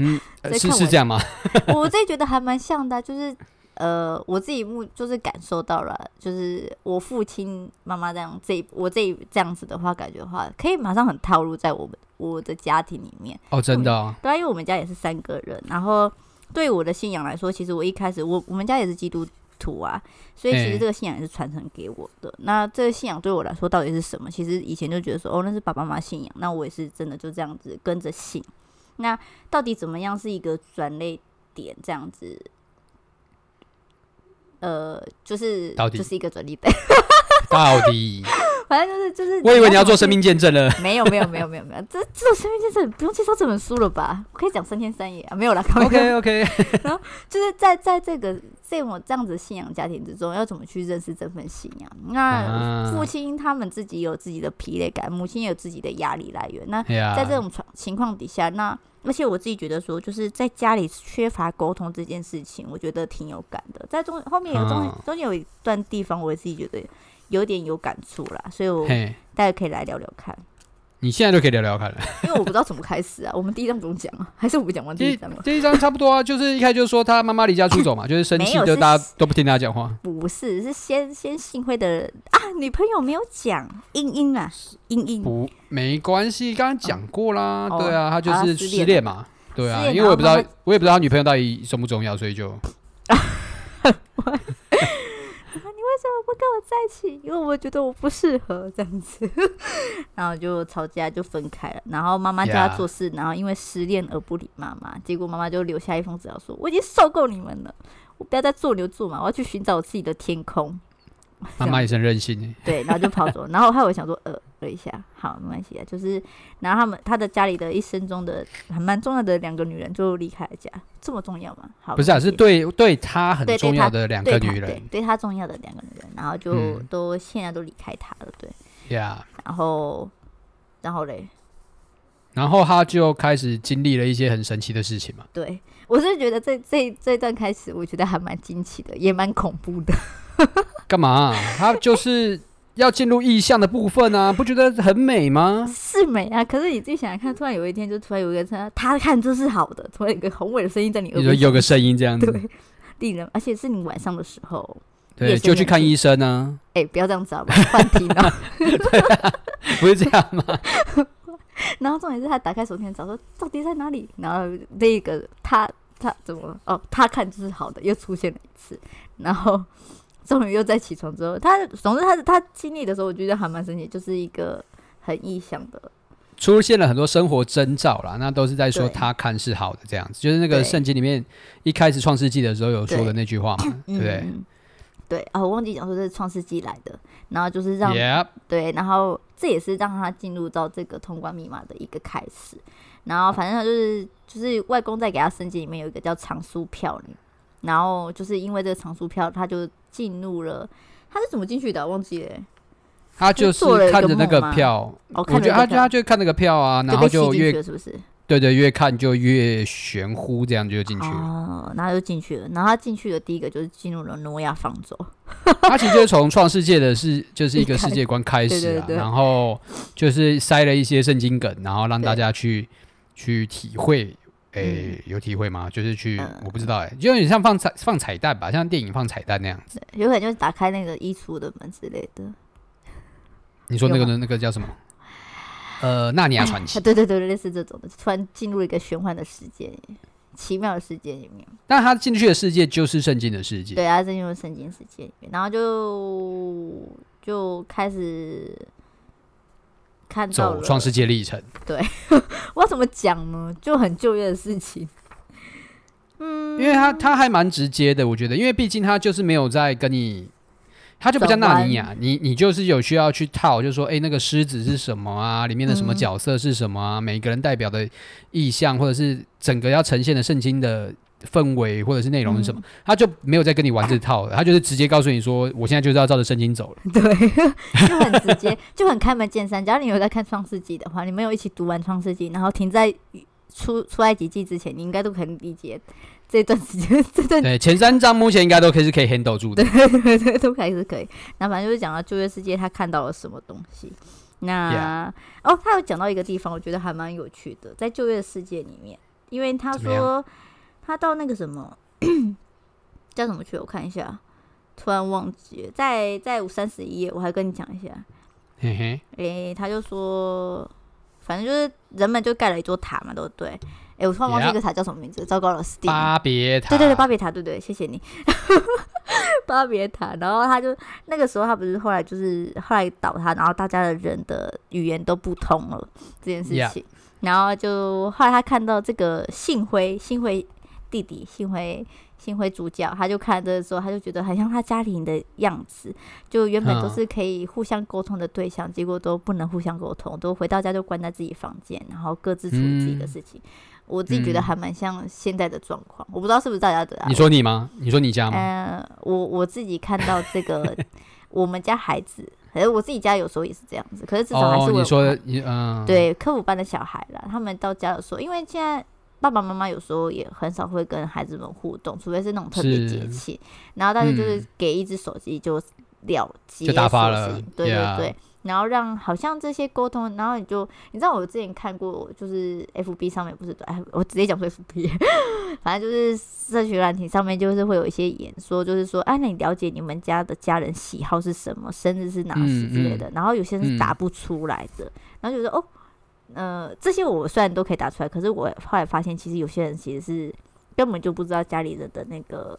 [SPEAKER 3] 在
[SPEAKER 2] 是
[SPEAKER 3] 看
[SPEAKER 2] 是
[SPEAKER 3] 我
[SPEAKER 2] 这样 吗？
[SPEAKER 3] 我自己觉得还蛮像的啊，就是呃，我自己目就是感受到了，就是我父亲妈妈这样这一我这一这样子的话，感觉的话可以马上很套入在我们我的家庭里面。
[SPEAKER 2] 哦，真的、哦，
[SPEAKER 3] 对啊，因为我们家也是三个人，然后对我的信仰来说，其实我一开始我我们家也是基督徒啊，所以其实
[SPEAKER 2] 哎
[SPEAKER 3] 这个信仰也是传承给我的。那这个信仰对我来说到底是什么？其实以前就觉得说，哦，那是爸爸妈妈信仰，那我也是真的就这样子跟着信。那到底怎么样是一个转类点？这样子，呃，就是
[SPEAKER 2] 到底
[SPEAKER 3] 就是一个转捩点，
[SPEAKER 2] 到 底
[SPEAKER 3] 反正就是就是。
[SPEAKER 2] 我以为你要做
[SPEAKER 3] 怎
[SPEAKER 2] 生
[SPEAKER 3] 么去
[SPEAKER 2] 命见证 了。
[SPEAKER 3] 没有没有没有没有没有，这这种生命见证不用介绍这本书了吧？我可以讲三天三夜啊，没有啦，开玩笑
[SPEAKER 2] OK OK，
[SPEAKER 3] 就是在在这个这种这样子信仰家庭之中，要怎么去认识这份信仰？那
[SPEAKER 2] 啊
[SPEAKER 3] 父亲他们自己有自己的疲累感，母亲也有自己的压力来源。那
[SPEAKER 2] 哎呀，
[SPEAKER 3] 在这种状情况底下，那而且我自己觉得说，就是在家里缺乏沟通这件事情，我觉得挺有感的。在中后面有中、
[SPEAKER 2] 嗯
[SPEAKER 3] 中间有一段地方，我自己觉得有点有感触啦，所以我
[SPEAKER 2] 嘿，
[SPEAKER 3] 大家可以来聊聊看。
[SPEAKER 2] 你现在就可以聊聊看了。
[SPEAKER 3] 因为我不知道怎么开始啊，我们第一章怎么讲啊？还是我们讲完第
[SPEAKER 2] 第
[SPEAKER 3] 一
[SPEAKER 2] 一
[SPEAKER 3] 章了？
[SPEAKER 2] 第一章差不多啊，就是一开始就说他妈妈离家出走 嘛，就是生气
[SPEAKER 3] 没有
[SPEAKER 2] 的，
[SPEAKER 3] 是
[SPEAKER 2] 大家都不听他讲话。
[SPEAKER 3] 不是，是先先幸会的啊，女朋友没有讲，英英啊，英英，
[SPEAKER 2] 不，没关系，刚刚讲过啦，
[SPEAKER 3] 哦
[SPEAKER 2] 对啊，他就
[SPEAKER 3] 啊
[SPEAKER 2] 是
[SPEAKER 3] 失
[SPEAKER 2] 失
[SPEAKER 3] 恋
[SPEAKER 2] 恋嘛，对
[SPEAKER 3] 失
[SPEAKER 2] 啊，
[SPEAKER 3] 恋
[SPEAKER 2] 因为我也不知
[SPEAKER 3] 然后
[SPEAKER 2] 道
[SPEAKER 3] 妈，
[SPEAKER 2] 我也不知道他女朋友到底重不重要，所以就
[SPEAKER 3] 在一起，因为我觉得我不适合这样子， 然后就吵架就分开了。然后妈妈叫他
[SPEAKER 2] Yeah
[SPEAKER 3] 做事然后因为失恋而不理妈妈，结果妈妈就留下一封纸条说：“我已经受够你们了，我不要再做牛做马，我要去寻找我自己的天空。
[SPEAKER 2] 妈妈也是很任性欸，
[SPEAKER 3] 对，然后就跑走了。然后后来我想说，呃，等一下，好，没关系啊。就是，然后他们他的家里的一生中的还蛮重要的两个女人就离开了家，这么重要吗？好，
[SPEAKER 2] 不是啊，
[SPEAKER 3] 没关系
[SPEAKER 2] 是对对他很
[SPEAKER 3] 对对
[SPEAKER 2] 重
[SPEAKER 3] 他
[SPEAKER 2] 要的两
[SPEAKER 3] 对
[SPEAKER 2] 个
[SPEAKER 3] 他
[SPEAKER 2] 女
[SPEAKER 3] 对
[SPEAKER 2] 人
[SPEAKER 3] 对他重要的两个女人，然后就
[SPEAKER 2] 嗯
[SPEAKER 3] 都现在都离开他了，对，
[SPEAKER 2] 呀。
[SPEAKER 3] 然后然后嘞，
[SPEAKER 2] 然后他就开始经历了一些很神奇的事情嘛，
[SPEAKER 3] 对我是觉得这这这段开始，我觉得还蛮惊奇的，也蛮恐怖的，
[SPEAKER 2] 干嘛啊、他就是要进入意象的部分啊，不觉得很美吗？
[SPEAKER 3] 是美啊。可是你自己想想看，突然有一天就突然有一个他他看这是好的，突然有一个宏伟的声音在你耳
[SPEAKER 2] 你说
[SPEAKER 3] 边响起，
[SPEAKER 2] 有个声音这样子，
[SPEAKER 3] 对令人，而且是你晚上的时候，夜
[SPEAKER 2] 对，
[SPEAKER 3] 深
[SPEAKER 2] 就去
[SPEAKER 3] 人
[SPEAKER 2] 看
[SPEAKER 3] 静
[SPEAKER 2] 医生啊，
[SPEAKER 3] 哎、不要这样子好不好？幻听啊。
[SPEAKER 2] 不是这样吗？
[SPEAKER 3] 然后重点是他打开手电找说到底在哪里，然后那个他他怎么了哦，他看就是好的，又出现了一次，然后 终于又在起床之后，他总之他他经历的时候，我觉得还蛮神奇，就是一个很异想的，
[SPEAKER 2] 出现了很多生活征兆啦，那都是在说
[SPEAKER 3] 对
[SPEAKER 2] 他看是好的这样子，就是那个
[SPEAKER 3] 对
[SPEAKER 2] 圣经里面一开始创世纪的时候有说的那句话嘛，对
[SPEAKER 3] 嗯
[SPEAKER 2] 不对
[SPEAKER 3] 嗯对啊，我忘记讲说这是创世纪来的，然后就是嗯让
[SPEAKER 2] ？Yep，
[SPEAKER 3] 对，然后这也是让他进入到这个通关密码的一个开始。然后反正他就是就是外公在给他申请里面有一个叫藏书票里，然后就是因为这个藏书票，他就进入了。他是怎么进去的啊、忘记了欸。
[SPEAKER 2] 他就是看着那个票，
[SPEAKER 3] 哦，
[SPEAKER 2] 我
[SPEAKER 3] 看
[SPEAKER 2] 觉
[SPEAKER 3] 着
[SPEAKER 2] 得他
[SPEAKER 3] 那
[SPEAKER 2] 就他
[SPEAKER 3] 个
[SPEAKER 2] 就看那个票啊，
[SPEAKER 3] 票
[SPEAKER 2] 然
[SPEAKER 3] 就
[SPEAKER 2] 后
[SPEAKER 3] 被
[SPEAKER 2] 就
[SPEAKER 3] 吸进去
[SPEAKER 2] 越
[SPEAKER 3] 了，是不是？
[SPEAKER 2] 对对，越看就越玄乎，这样就进去了。
[SPEAKER 3] 哦，然后就进去了。然后他进去的第一个就是进入了诺亚方舟，
[SPEAKER 2] 它其实就是从创世界的世，就是一个世界观开
[SPEAKER 3] 对
[SPEAKER 2] 始
[SPEAKER 3] 对
[SPEAKER 2] 啊，
[SPEAKER 3] 对
[SPEAKER 2] 然后就是塞了一些圣经梗，然后让大家去去体会。诶、有体会吗？就是去，
[SPEAKER 3] 嗯
[SPEAKER 2] 我不知道诶、就有点像放彩放彩蛋吧，像电影放彩蛋那样子。
[SPEAKER 3] 有可能就是打开那个衣橱的门之类的。
[SPEAKER 2] 你说那个
[SPEAKER 3] 有吗
[SPEAKER 2] 呢？那个叫什么？呃，《纳尼亚传奇》
[SPEAKER 3] 啊，对对对，类似这种的，就突然进入一个玄幻的世界，奇妙的世界里面。
[SPEAKER 2] 但他进去的世界就是圣经的世界。
[SPEAKER 3] 对啊，进入圣经世界里面，然后就就开始看到
[SPEAKER 2] 走
[SPEAKER 3] 了
[SPEAKER 2] 创世界历程，
[SPEAKER 3] 我要怎么讲呢？就很就业的事情。嗯，
[SPEAKER 2] 因为他他还蛮直接的，我觉得，因为毕竟他就是没有在跟你，他就不叫纳尼亚，你你就是有需要去套，就是说，哎、那个狮子是什么啊？里面的什么
[SPEAKER 3] 嗯
[SPEAKER 2] 角色是什么啊？每个人代表的意象，或者是整个要呈现的圣经的氛围或者是内容是
[SPEAKER 3] 嗯
[SPEAKER 2] 什么，他就没有在跟你玩这套了，他就是直接告诉你说，我现在就是要照着圣经走了。
[SPEAKER 3] 对，就很直接，就很开门见山。只要你有在看《创世纪》的话，你们有一起读完《创世纪》，然后停在出出埃及记之前，你应该都可以理解这段时间 这段
[SPEAKER 2] 对，前三章目前应该都可以是可以 handle 住的。
[SPEAKER 3] 对 对，都还是可以。那反正就是讲到旧约世界，他看到了什么东西。那哦，他有讲到一个地方，我觉得还蛮有趣的，在旧约世界里面，因为他
[SPEAKER 2] 怎么样
[SPEAKER 3] 说他到那个什么 叫什么去了，我看一下，突然忘记了，在在五三十一页，我还跟你讲一下。
[SPEAKER 2] 嘿嘿，
[SPEAKER 3] 诶、他就说，反正就是人们就盖了一座塔嘛，对不对？诶、我突然忘记
[SPEAKER 2] Yeah
[SPEAKER 3] 一个塔叫什么名字，糟糕了，死定了。
[SPEAKER 2] 巴别塔，
[SPEAKER 3] 对对对，巴别塔，对对，谢谢你， 巴别塔。然后他就那个时候，他不是后来就是后来倒塌，然后大家的人的语言都不通了这件事
[SPEAKER 2] Yeah
[SPEAKER 3] 情。然后就后来他看到这个幸辉，幸辉弟弟，幸辉幸辉主角，他就看这个时候，他就觉得很像他家庭的样子，就原本都
[SPEAKER 2] 嗯
[SPEAKER 3] 是可以互相沟通的对象，结果都不能互相沟通，都回到家就关在自己房间，然后各自处理自己的
[SPEAKER 2] 嗯
[SPEAKER 3] 事情。我自己觉得
[SPEAKER 2] 嗯
[SPEAKER 3] 还蛮像现在的状况，我不知道是不是大家的、啊。
[SPEAKER 2] 你说你吗？你说你家吗？
[SPEAKER 3] 嗯，我我自己看到这 个，我们家孩子，可是我自己家有时候也是这样子，可是呃至少还
[SPEAKER 2] 哦，
[SPEAKER 3] 是我有
[SPEAKER 2] 你说
[SPEAKER 3] 看、
[SPEAKER 2] 的你嗯，，
[SPEAKER 3] 对科普班的小孩啦，他们到家的时候，因为现在爸爸妈妈有时候也很少会跟孩子们互动，除非是那种特别
[SPEAKER 2] 是
[SPEAKER 3] 节气，然后大家就是
[SPEAKER 2] 嗯
[SPEAKER 3] 给一只手机就了结
[SPEAKER 2] 就打发
[SPEAKER 3] 所有
[SPEAKER 2] 了
[SPEAKER 3] 事情对对
[SPEAKER 2] yeah
[SPEAKER 3] 对。然后让好像这些沟通，然后你就你知道我之前看过，就是 F B 上面不是哎，我直接讲出 F B，反正就是社群软体上面就是会有一些演说，就是说，哎、那你了解你们家的家人喜好是什么，生日是哪时之类的，然后有些人是
[SPEAKER 2] 嗯
[SPEAKER 3] 答不出来的，然后就说哦，呃，这些我虽然都可以答出来，可是我后来发现，其实有些人其实是根本就不知道家里人的那个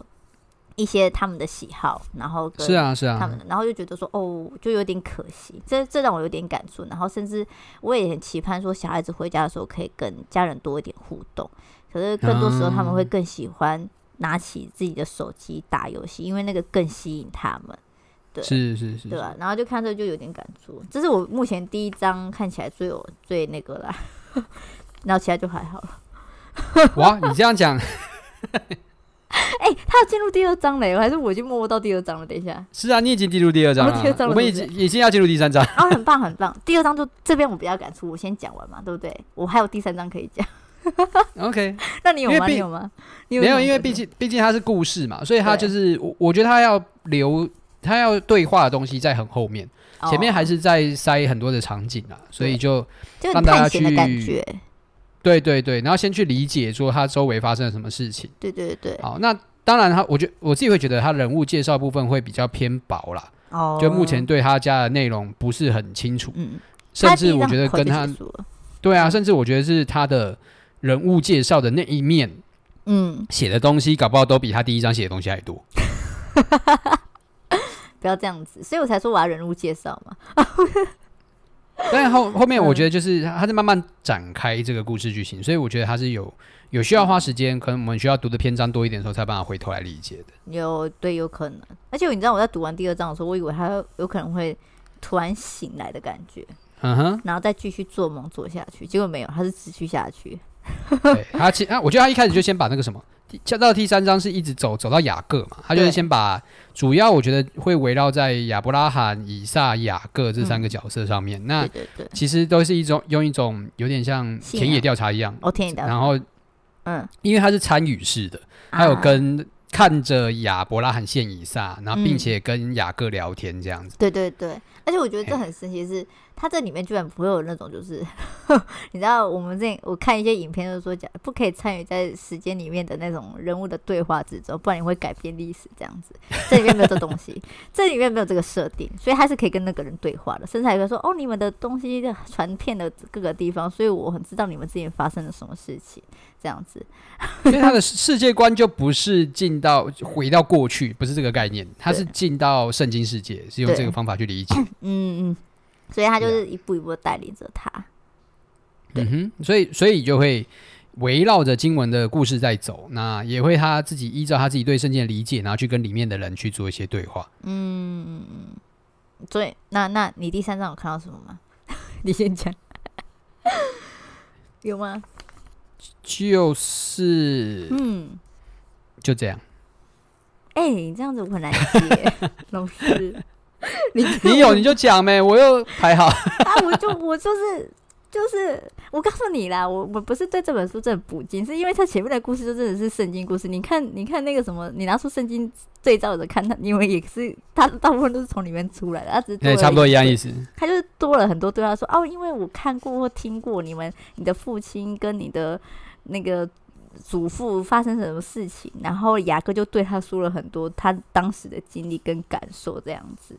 [SPEAKER 3] 一些他们的喜好，然后跟
[SPEAKER 2] 是啊是
[SPEAKER 3] 他
[SPEAKER 2] 啊
[SPEAKER 3] 们，，然后就觉得说，哦，就有点可惜，这这让我有点感触。然后甚至我也很期盼说，小孩子回家的时候可以跟家人多一点互动。可是更多时候，他们
[SPEAKER 2] 嗯
[SPEAKER 3] 会更喜欢拿起自己的手机打游戏，因为那个更吸引他们，对
[SPEAKER 2] 是是是，
[SPEAKER 3] 对吧、然后就看这就有点感触，这是我目前第一张看起来最有最那个啦， 然后其他就还好了。
[SPEAKER 2] 哇，你这样讲
[SPEAKER 3] 哎、他要进入第二章嘞，还是我已经默默到第二章了？等一下，
[SPEAKER 2] 是啊，你已经进入第二章
[SPEAKER 3] 我第二
[SPEAKER 2] 了，
[SPEAKER 3] 章了
[SPEAKER 2] 我们已
[SPEAKER 3] 是
[SPEAKER 2] 经
[SPEAKER 3] 不
[SPEAKER 2] 已经要进入第三章，
[SPEAKER 3] 哦，很棒很棒。第二章就这边我比较感触，我先讲完嘛，对不对？我还有第三章可以讲。
[SPEAKER 2] OK，
[SPEAKER 3] 那你有
[SPEAKER 2] 因为
[SPEAKER 3] 吗？
[SPEAKER 2] 毕
[SPEAKER 3] 你有吗？你
[SPEAKER 2] 没
[SPEAKER 3] 什
[SPEAKER 2] 有，
[SPEAKER 3] 么
[SPEAKER 2] 因为
[SPEAKER 3] 感觉
[SPEAKER 2] 毕竟毕竟它是故事嘛，所以它
[SPEAKER 3] 对
[SPEAKER 2] 就是我我觉得它要留它要对话的东西在很后面，前面还
[SPEAKER 3] 哦
[SPEAKER 2] 是在塞很多的场景啊，所以就
[SPEAKER 3] 就
[SPEAKER 2] 让
[SPEAKER 3] 很
[SPEAKER 2] 大家
[SPEAKER 3] 探险的感
[SPEAKER 2] 去
[SPEAKER 3] 觉，
[SPEAKER 2] 对对对，然后先去理解说它周围发生了什么事情。
[SPEAKER 3] 对对对，
[SPEAKER 2] 好，那当然它我觉我自己会觉得它人物介绍部分会比较偏薄啦，
[SPEAKER 3] 哦
[SPEAKER 2] 就目前对他家的内容不是很清楚，
[SPEAKER 3] 嗯，
[SPEAKER 2] 甚
[SPEAKER 3] 他第一
[SPEAKER 2] 至我
[SPEAKER 3] 章
[SPEAKER 2] 觉得
[SPEAKER 3] 很快
[SPEAKER 2] 跟
[SPEAKER 3] 就
[SPEAKER 2] 他
[SPEAKER 3] 结束了
[SPEAKER 2] 对啊，
[SPEAKER 3] 嗯
[SPEAKER 2] 甚至我觉得是他的人物介绍的那一面
[SPEAKER 3] 嗯，
[SPEAKER 2] 写的东西，搞不好都比他第一章写的东西还多。
[SPEAKER 3] 不要这样子，所以我才说我要人物介绍嘛。
[SPEAKER 2] 但 后后
[SPEAKER 3] 嗯
[SPEAKER 2] 面我觉得就是他在慢慢展开这个故事剧情，所以我觉得他是有有需要花时间，可能我们需要读的篇章多一点的时候，才办法回头来理解的。
[SPEAKER 3] 有对，有可能。而且你知道我在读完第二章的时候，我以为他有可能会突然醒来的感觉，
[SPEAKER 2] 嗯哼，
[SPEAKER 3] 然后再继续做梦做下去，结果没有，他是持续下去。
[SPEAKER 2] 对，他其啊，我觉得他一开始就先把那个什么下到第三章是一直走走到雅各嘛，他就是
[SPEAKER 3] 对
[SPEAKER 2] 先把主要我觉得会围绕在亚伯拉罕、以撒、雅各这三个角色上面。那
[SPEAKER 3] 对对对，
[SPEAKER 2] 其实都是一种用一种有点像
[SPEAKER 3] 嗯信
[SPEAKER 2] 田野
[SPEAKER 3] 仰
[SPEAKER 2] 调查一样，
[SPEAKER 3] 我听你的，
[SPEAKER 2] 然后
[SPEAKER 3] 嗯，
[SPEAKER 2] 因为他是参与式的，还有
[SPEAKER 3] 啊
[SPEAKER 2] 跟看着亚伯拉罕献以撒，然后并
[SPEAKER 3] 嗯
[SPEAKER 2] 且跟雅各聊天这样子。
[SPEAKER 3] 对对对，而且我觉得这很神奇的是，它这里面居然不会有那种就是， 你知道我们这我看一些影片就是说讲不可以参与在时间里面的那种人物的对话之中，不然你会改变历史这样子。这里面没有这东西，这里面没有这个设定，所以他是可以跟那个人对话的，甚至还会说哦你们的东西的传遍了各个地方，所以我很知道你们之前发生了什么事情这样子。嗯
[SPEAKER 2] 所以他的世世界观就不是进到回到过去，不是这个概念，他是进到圣经世界，是用
[SPEAKER 3] 对
[SPEAKER 2] 这个方法去理解。
[SPEAKER 3] 嗯嗯，所以他就
[SPEAKER 2] Yeah
[SPEAKER 3] 是一步一步地带领着他。对
[SPEAKER 2] 嗯哼，所以所以就会围绕着经文的故事在走，那也会他自己依照他自己对圣经的理解，然后去跟里面的人去做一些对话。
[SPEAKER 3] 嗯，所以那那你第三章有看到什么吗？ 你先讲， 有吗？
[SPEAKER 2] 就是
[SPEAKER 3] 嗯，
[SPEAKER 2] 就这样，
[SPEAKER 3] 哎、你这样子我很难接， 老师，你
[SPEAKER 2] 你有 你就讲呗，我又还好。
[SPEAKER 3] 啊，我就我就是就是，我告诉你啦，我我不是对这本书真的不敬，是因为它前面的故事就真的是圣经故事。你看你看那个什么，你拿出圣经对照着看，它因为也是它大部分都是从里面出来的，它只是多
[SPEAKER 2] 对，
[SPEAKER 3] 了
[SPEAKER 2] 哎差不多一样
[SPEAKER 3] 个
[SPEAKER 2] 意思。
[SPEAKER 3] 他就是多了很多对话说，哦，因为我看过或听过你们你的父亲跟你的那个祖父发生什么事情，然后雅各就对他说了很多他当时的经历跟感受这样子。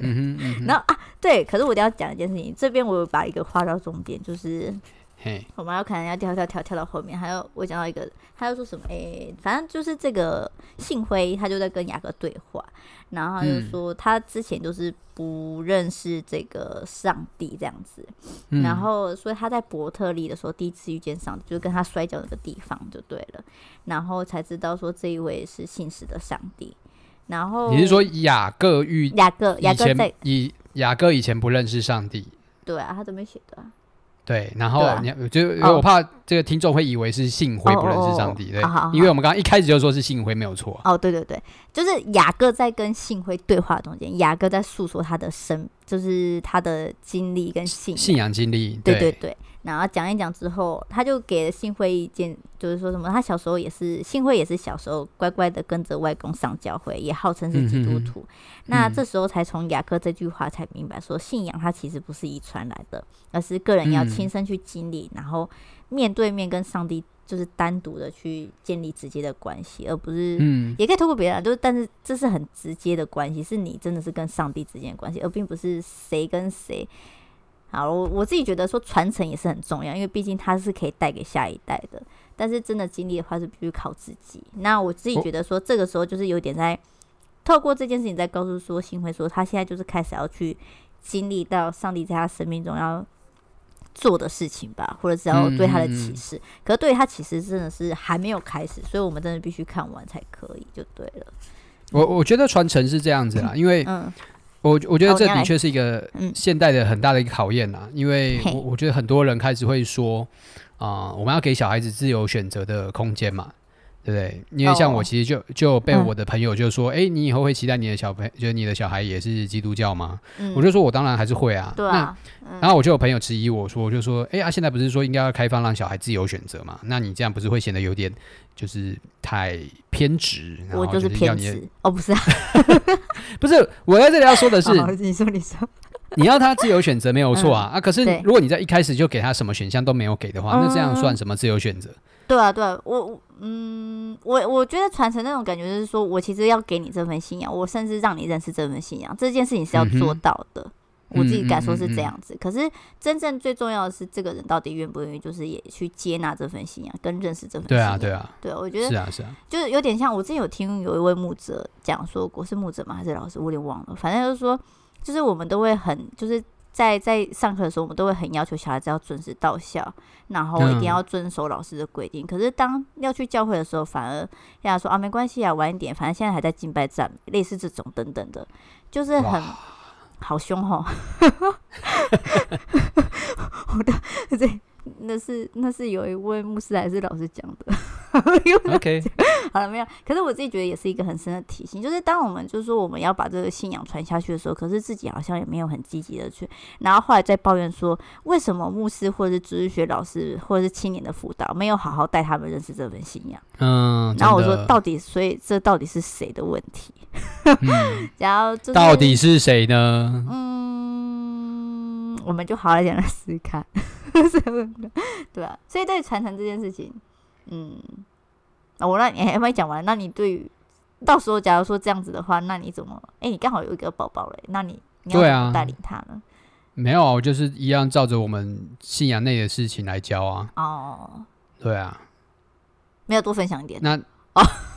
[SPEAKER 2] 嗯哼，嗯哼
[SPEAKER 3] 然后啊，对，可是我一定要讲一件事情，这边我有把一个画到重点，就是
[SPEAKER 2] 嘿，
[SPEAKER 3] 我们要可能要跳跳跳跳到后面，还有我讲到一个，他又说什么？诶、反正就是这个幸辉，他就在跟雅各对话，然后他就
[SPEAKER 2] 嗯
[SPEAKER 3] 说他之前就是不认识这个上帝这样子，
[SPEAKER 2] 嗯
[SPEAKER 3] 然后所以他在伯特利的时候第一次遇见上帝，就是跟他摔跤那个地方就对了，然后才知道说这一位是信实的上帝。然后
[SPEAKER 2] 你是说雅各遇
[SPEAKER 3] 雅各？雅
[SPEAKER 2] 以
[SPEAKER 3] 各在
[SPEAKER 2] 前以雅各以前不认识上帝，
[SPEAKER 3] 对啊，他这边写的、啊，
[SPEAKER 2] 对，然
[SPEAKER 3] 对
[SPEAKER 2] 后
[SPEAKER 3] 啊
[SPEAKER 2] 你就
[SPEAKER 3] 哦
[SPEAKER 2] 我怕这个听众会以为是幸辉
[SPEAKER 3] 哦
[SPEAKER 2] 不认
[SPEAKER 3] 哦
[SPEAKER 2] 识
[SPEAKER 3] 哦
[SPEAKER 2] 上帝，对
[SPEAKER 3] 好好，好
[SPEAKER 2] 因为我们刚刚一开始就说是幸辉没有错，啊
[SPEAKER 3] 哦，对对对，就是雅各在跟幸辉对话中间，雅各在诉说他的生，就是他的经历跟信仰。
[SPEAKER 2] 信仰经历，
[SPEAKER 3] 嗯对对对，然后讲一讲之后，他就给了幸辉一件，就是说什么，他小时候也是，幸辉也是小时候乖乖的跟着外公上教会，也号称是基督
[SPEAKER 2] 嗯哼哼
[SPEAKER 3] 徒。那
[SPEAKER 2] 嗯
[SPEAKER 3] 这时候才从雅各这句话才明白，说信仰它其实不是遗传来的，而是个人要
[SPEAKER 2] 嗯
[SPEAKER 3] 亲身去经历，然后面对面跟上帝就是单独的去建立直接的关系，而不是
[SPEAKER 2] 嗯，
[SPEAKER 3] 也可以透过别人啊，就是但是这是很直接的关系，是你真的是跟上帝之间的关系，而并不是谁跟谁。好，我我自己觉得说传承也是很重要，因为毕竟它是可以带给下一代的。但是真的经历的话是必须靠自己。那我自己
[SPEAKER 2] 我
[SPEAKER 3] 觉得说这个时候就是有点在透过这件事情在告诉说新辉说他现在就是开始要去经历到上帝在他生命中要做的事情吧，或者是要对他的启
[SPEAKER 2] 嗯
[SPEAKER 3] 示。可是对他启示真的是还没有开始，所以我们真的必须看完才可以，就对了。
[SPEAKER 2] 我我觉得传承是这样子 啦，因为
[SPEAKER 3] 嗯
[SPEAKER 2] 我我觉得
[SPEAKER 3] 哦
[SPEAKER 2] 这
[SPEAKER 3] 你
[SPEAKER 2] 的
[SPEAKER 3] 要来
[SPEAKER 2] 确是一个
[SPEAKER 3] 嗯
[SPEAKER 2] 现代的很大的一个考验啦，因为
[SPEAKER 3] 嘿
[SPEAKER 2] 我我觉得很多人开始会说，啊、我们要给小孩子自由选择的空间嘛，对不对？因为像
[SPEAKER 3] 哦
[SPEAKER 2] 我其实就就被
[SPEAKER 3] 嗯
[SPEAKER 2] 我的朋友就说，哎、你以后会期待你的小朋，就是你的小孩也是基督教吗？
[SPEAKER 3] 嗯，
[SPEAKER 2] 我就说我当然还是会啊，
[SPEAKER 3] 对
[SPEAKER 2] 那
[SPEAKER 3] 啊，
[SPEAKER 2] 然后我就有朋友质疑我说，我就说，哎、啊，现在不是说应该要开放让小孩自由选择嘛？那你这样不是会显得有点就是太偏执？然后
[SPEAKER 3] 我就是是
[SPEAKER 2] 要
[SPEAKER 3] 偏
[SPEAKER 2] 你的
[SPEAKER 3] 执哦，不 是啊，
[SPEAKER 2] 不是我在这里要说的 是，
[SPEAKER 3] 好你说你说，
[SPEAKER 2] 你要他自由选择没有错啊、啊！可是
[SPEAKER 3] 嗯对
[SPEAKER 2] 如果你在一开始就给他什么选项都没有给的话，那这样
[SPEAKER 3] 嗯
[SPEAKER 2] 算什么自由选择？
[SPEAKER 3] 对啊，对啊，我我嗯，我我觉得传承那种感觉就是说，我其实要给你这份信仰，我甚至让你认识这份信仰，这件事情是要做
[SPEAKER 2] 嗯哼
[SPEAKER 3] 到的。我自己感受
[SPEAKER 2] 嗯嗯
[SPEAKER 3] 是
[SPEAKER 2] 嗯嗯
[SPEAKER 3] 这样子，可是真正最重要的是，这个人到底愿不愿意，就是也去接纳这份信仰，跟认识这份信
[SPEAKER 2] 对
[SPEAKER 3] 仰。
[SPEAKER 2] 啊，对啊，
[SPEAKER 3] 啊，对，我觉
[SPEAKER 2] 是
[SPEAKER 3] 得
[SPEAKER 2] 啊，是啊，
[SPEAKER 3] 就是有点像我之前有听有一位牧者讲说过，是牧者吗？还是老师？我有点忘了。反正就是说，就是我们都会很就是在在上课的时候，我们都会很要求小孩子要准时到校，然后一定
[SPEAKER 2] 嗯
[SPEAKER 3] 要遵守老师的规定。可是当要去教会的时候，反而人家说啊，没关系啊，晚一点，反正现在还在敬拜站，类似这种等等的，就是很哦
[SPEAKER 2] 哇
[SPEAKER 3] 好凶吼！我的对，那是那是有一位穆斯莱斯老师讲的。
[SPEAKER 2] OK，
[SPEAKER 3] 好了，没有。可是我自己觉得也是一个很深的提醒，就是当我们就是说我们要把这个信仰传下去的时候，可是自己好像也没有很积极的去，然后后来再抱怨说，为什么牧师或者是知识学老师或者是青年的辅导没有好好带他们认识这份信仰？
[SPEAKER 2] 嗯，
[SPEAKER 3] 然后我
[SPEAKER 2] 真
[SPEAKER 3] 说，
[SPEAKER 2] 的
[SPEAKER 3] 到底所以这到底是谁的问题？
[SPEAKER 2] 嗯
[SPEAKER 3] 然后就是
[SPEAKER 2] 到底是谁呢？
[SPEAKER 3] 嗯，我们就好好讲来试看，是吧对啊， 所以对于传承这件事情，嗯，啊我让你还没讲完，那你对于到时候假如说这样子的话，那你怎么？哎、你刚好有一个宝宝嘞，那你你要
[SPEAKER 2] 对
[SPEAKER 3] 怎
[SPEAKER 2] 啊
[SPEAKER 3] 么带领他呢？
[SPEAKER 2] 没有啊，我就是一样照着我们信仰内的事情来教啊。
[SPEAKER 3] 哦，
[SPEAKER 2] 对啊，
[SPEAKER 3] 没有多分享一点
[SPEAKER 2] 那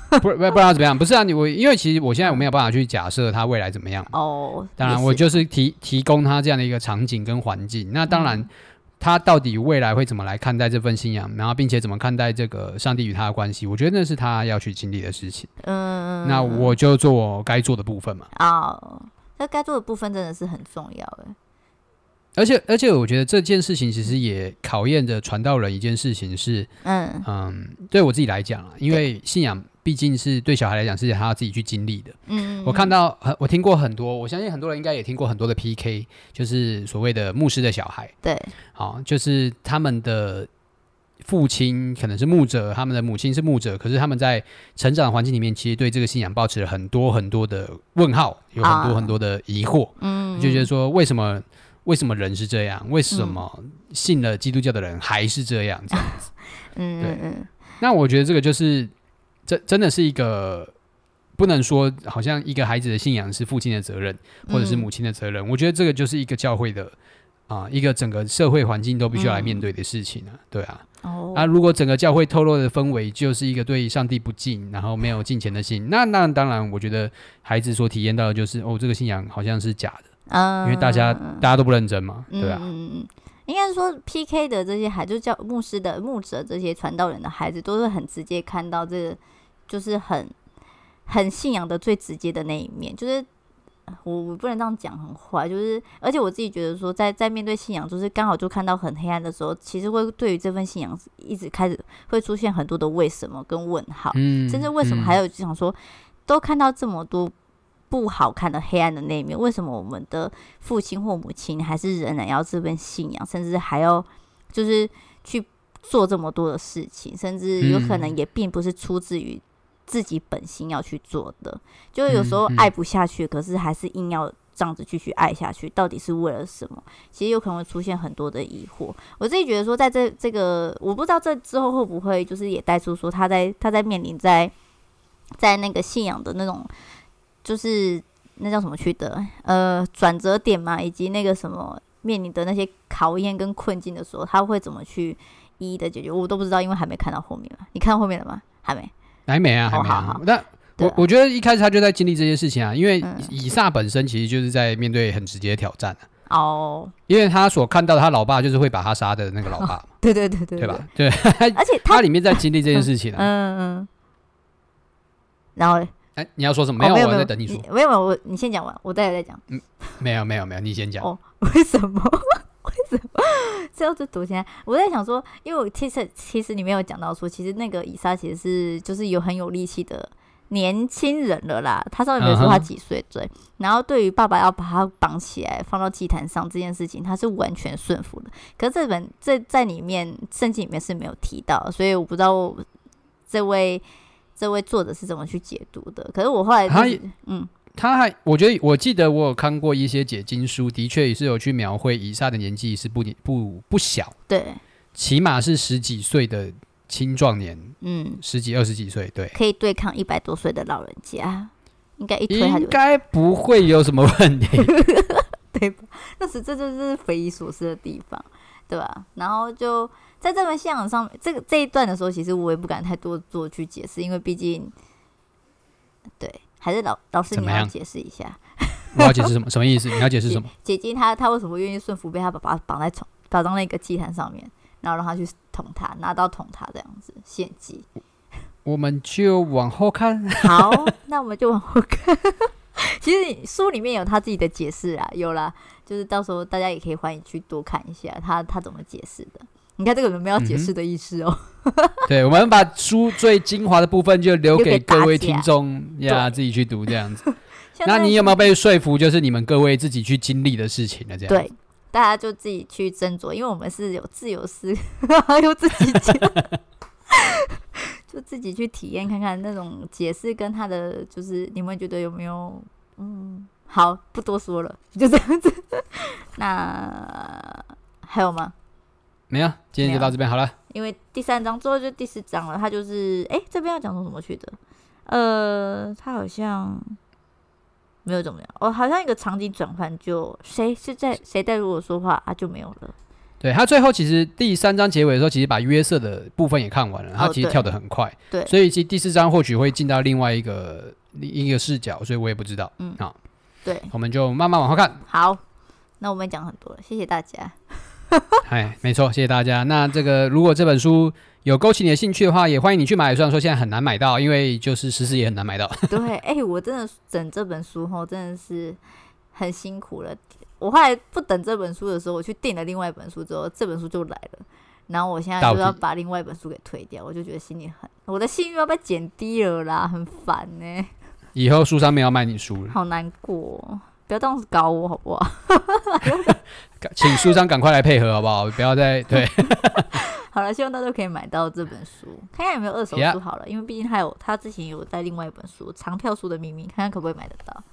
[SPEAKER 2] 不不不然要怎么样？不是啊，你我因为其实我现在我没有办法去假设他未来怎么样。
[SPEAKER 3] 哦。
[SPEAKER 2] 当然，
[SPEAKER 3] 也
[SPEAKER 2] 我
[SPEAKER 3] 是
[SPEAKER 2] 就是提提供他这样的一个场景跟环境。那当
[SPEAKER 3] 嗯
[SPEAKER 2] 然，他到底未来会怎么来看待这份信仰，然后并且怎么看待这个上帝与他的关系，我觉得那是他要去经历的事情。
[SPEAKER 3] 嗯，
[SPEAKER 2] 那我就做我该做的部分嘛。
[SPEAKER 3] 哦，那该做的部分真的是很重要哎。
[SPEAKER 2] 而且而且，我觉得这件事情其实也考验着传道人一件事情是，
[SPEAKER 3] 嗯
[SPEAKER 2] 嗯，对我自己来讲啊，因为信仰毕竟是对小孩来讲是他要自己去经历的。
[SPEAKER 3] 嗯，
[SPEAKER 2] 我看到很，我听过很多，我相信很多人应该也听过很多的 PK，就是所谓的牧师的小孩，
[SPEAKER 3] 对，
[SPEAKER 2] 好、就是他们的父亲可能是牧者，他们的母亲是牧者，可是他们在成长的环境里面，其实对这个信仰抱持了很多很多的问号，有很多
[SPEAKER 3] 啊
[SPEAKER 2] 很多的疑惑。
[SPEAKER 3] 嗯，
[SPEAKER 2] 就觉得说为什么为什么人是这样，为什么信了基督教的人还是这样子？
[SPEAKER 3] 嗯
[SPEAKER 2] 对
[SPEAKER 3] 嗯嗯，
[SPEAKER 2] 那我觉得这个就是这真的是一个。不能说好像一个孩子的信仰是父亲的责任，或者是
[SPEAKER 3] 嗯
[SPEAKER 2] 母亲的责任。我觉得这个就是一个教会的啊、一个整个社会环境都必须要来面
[SPEAKER 3] 嗯
[SPEAKER 2] 对的事情啊，对啊。
[SPEAKER 3] 哦
[SPEAKER 2] 啊，如果整个教会透露的氛围就是一个对上帝不敬，然后没有敬虔的心，那那当然，我觉得孩子所体验到的就是哦，这个信仰好像是假的。
[SPEAKER 3] 嗯，
[SPEAKER 2] 啊因为大家大家都不认真嘛，对啊吧、
[SPEAKER 3] 嗯嗯嗯，应该是说 PK 的这些孩子，就叫牧师的牧者这些传道人的孩子，都是很直接看到这个，就是很很信仰的最直接的那一面，就是。我我不能这样讲很坏，就是而且我自己觉得说在，在面对信仰，就是刚好就看到很黑暗的时候，其实会对于这份信仰一直开始会出现很多的为什么跟问号。
[SPEAKER 2] 嗯
[SPEAKER 3] 甚至为什么还有想说，都看到这么多不好看的黑暗的那一面，为什么我们的父亲或母亲还是仍然要这份信仰，甚至还要就是去做这么多的事情，甚至有可能
[SPEAKER 2] 嗯
[SPEAKER 3] 也并不是出自于自己本心要去做的，就是有时候
[SPEAKER 2] 嗯嗯
[SPEAKER 3] 爱不下去，可是还是硬要。这样子继续爱下去，到底是为了什么？其实有可能会出现很多的疑惑。我自己觉得说，在这这个，我不知道这之后会不会就是也带出说他在他在面临在在那个信仰的那种，就是那叫什么去的呃转折点嘛，以及那个什么面临的那些考验跟困境的时候，他会怎么去一一的解决，我都不知道，因为还没看到后面嘛。你看后面了吗？还没。
[SPEAKER 2] 还没啊，还
[SPEAKER 3] 哦
[SPEAKER 2] 没啊。
[SPEAKER 3] 好好
[SPEAKER 2] 那
[SPEAKER 3] 对
[SPEAKER 2] 我
[SPEAKER 3] 啊
[SPEAKER 2] 我觉得一开始他就在经历这些事情啊，因为
[SPEAKER 3] 嗯
[SPEAKER 2] 以以撒本身其实就是在面对很直接的挑战、啊，
[SPEAKER 3] 哦，
[SPEAKER 2] 因为他所看到他老爸就是会把他杀的那个老爸嘛，
[SPEAKER 3] 对对对哦对
[SPEAKER 2] 对？吧？对，
[SPEAKER 3] 而且他
[SPEAKER 2] 他，里面在经历这件事情、
[SPEAKER 3] 嗯
[SPEAKER 2] 啊。
[SPEAKER 3] 嗯。然后嘞
[SPEAKER 2] 哎、你要说什么？没
[SPEAKER 3] 哦
[SPEAKER 2] 有，
[SPEAKER 3] 没有
[SPEAKER 2] 我
[SPEAKER 3] 没
[SPEAKER 2] 在
[SPEAKER 3] 有
[SPEAKER 2] 等你说。
[SPEAKER 3] 没有没有，我你先讲完，我待会再讲。
[SPEAKER 2] 没有，没有，没有，你先讲。
[SPEAKER 3] 哦 为什么？为什么？ 这样子读起来，我在想说，因为我其实其实你没有讲到说，其实那个以撒其实是就是有很有力气的年轻人了啦。他上面没有说他
[SPEAKER 2] 嗯哼
[SPEAKER 3] 几岁对。然后对于爸爸要把他绑起来放到祭坛上这件事情，他是完全顺服的。可是这本这在里面圣经里面是没有提到，所以我不知道这位这位作者是怎么去解读的。可是我后来
[SPEAKER 2] 他
[SPEAKER 3] 就是嗯
[SPEAKER 2] 他还，我觉得我记得我有看过一些解经书，的确也是有去描绘以撒的年纪是不不不小，
[SPEAKER 3] 对
[SPEAKER 2] 起码是十几岁的青壮年，
[SPEAKER 3] 嗯
[SPEAKER 2] 十几二十几岁，对。
[SPEAKER 3] 可以对抗一百多岁的老人家，应该一推他就
[SPEAKER 2] 应该不会有什么 问题。
[SPEAKER 3] 对吧？那是这就是匪夷所思的地方，对吧？然后就在这份信仰上，这个这一段的时候，其实我也不敢太多做去解释，因为毕竟，对，还是老老师
[SPEAKER 2] 怎
[SPEAKER 3] 你
[SPEAKER 2] 么
[SPEAKER 3] 要
[SPEAKER 2] 样
[SPEAKER 3] 解释一下，
[SPEAKER 2] 我要解释什么？什么意思？你要解释什么？
[SPEAKER 3] 姐姐她她为什么愿意顺服被她爸爸绑在床绑到那个祭坛上面，然后让她去捅他，拿刀捅他这样子献祭。
[SPEAKER 2] 我们就往后看。
[SPEAKER 3] 好， 那我们就往后看。其实书里面有他自己的解释啊，有啦，就是到时候大家也可以欢迎去多看一下他他怎么解释的。你看这个有没有解释的意思哦？
[SPEAKER 2] 对，我们把书最精华的部分就留给各位听众
[SPEAKER 3] 给大家
[SPEAKER 2] 呀，自己去读这样子。
[SPEAKER 3] 现在
[SPEAKER 2] 那你有没有被说服？就是你们各位自己去经历的事情了，这样。
[SPEAKER 3] 对，大家就自己去斟酌，因为我们是有自由思， 又自己讲，就自己去体验看看那种解释跟他的，就是你们觉得有没有？嗯，好，不多说了，就这样子。 那还有吗？
[SPEAKER 2] 没有，今天就到这边好了。
[SPEAKER 3] 因为第三章之后就第四章了，他就是哎、这边要讲出什么去的？呃，他好像没有怎么样，哦，好像一个场景转换就谁是在谁在如果说话啊就没有了。
[SPEAKER 2] 对他最后其实第三章结尾的时候，其实把约瑟的部分也看完了，他
[SPEAKER 3] 哦
[SPEAKER 2] 其实
[SPEAKER 3] 对
[SPEAKER 2] 跳得很快，
[SPEAKER 3] 对
[SPEAKER 2] 所以其实第四章或许会进到另外一个另一个视角，所以我也不知道。
[SPEAKER 3] 嗯
[SPEAKER 2] 好，
[SPEAKER 3] 对，
[SPEAKER 2] 我们就慢慢往后看。
[SPEAKER 3] 好，那我们讲很多了，谢谢大家。
[SPEAKER 2] 哎，没错，谢谢大家。那这个如果这本书有勾起你的兴趣的话，也欢迎你去买。虽然说现在很难买到，因为就是实时也很难买到。
[SPEAKER 3] 对，哎、我真的整这本书后真的是很辛苦了。我后来不等这本书的时候，我去订了另外一本书之后，这本书就来了。然后我现在
[SPEAKER 2] 到
[SPEAKER 3] 就要
[SPEAKER 2] 底
[SPEAKER 3] 把另外一本书给退掉，我就觉得心里很，我的信誉要被减低了啦，很烦呢、
[SPEAKER 2] 以后书商没有卖你书了，
[SPEAKER 3] 好难过哦、不要这样子搞我好不好？
[SPEAKER 2] 赶请书商赶快来配合好不好？不要再对
[SPEAKER 3] 嗯好了，希望大家可以买到这本书，看看有没有二手
[SPEAKER 2] Yeah
[SPEAKER 3] 书好了因为毕竟他有他之前有在另外一本书《长票书的秘密》，看看可不可以买得到。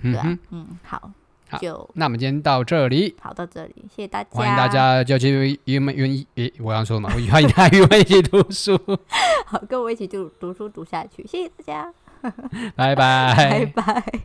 [SPEAKER 2] 嗯
[SPEAKER 3] 对啊
[SPEAKER 2] 哼。，
[SPEAKER 3] 嗯，好，
[SPEAKER 2] 好
[SPEAKER 3] 就
[SPEAKER 2] 那我们今天到这里，
[SPEAKER 3] 好到这里，谢谢大家，
[SPEAKER 2] 欢迎大，家就去与我们愿意，诶，我刚说嘛，我欢迎大家与我们一起读 书，
[SPEAKER 3] 好，跟我一起读读书读下去，谢谢大家，
[SPEAKER 2] 拜拜
[SPEAKER 3] 拜拜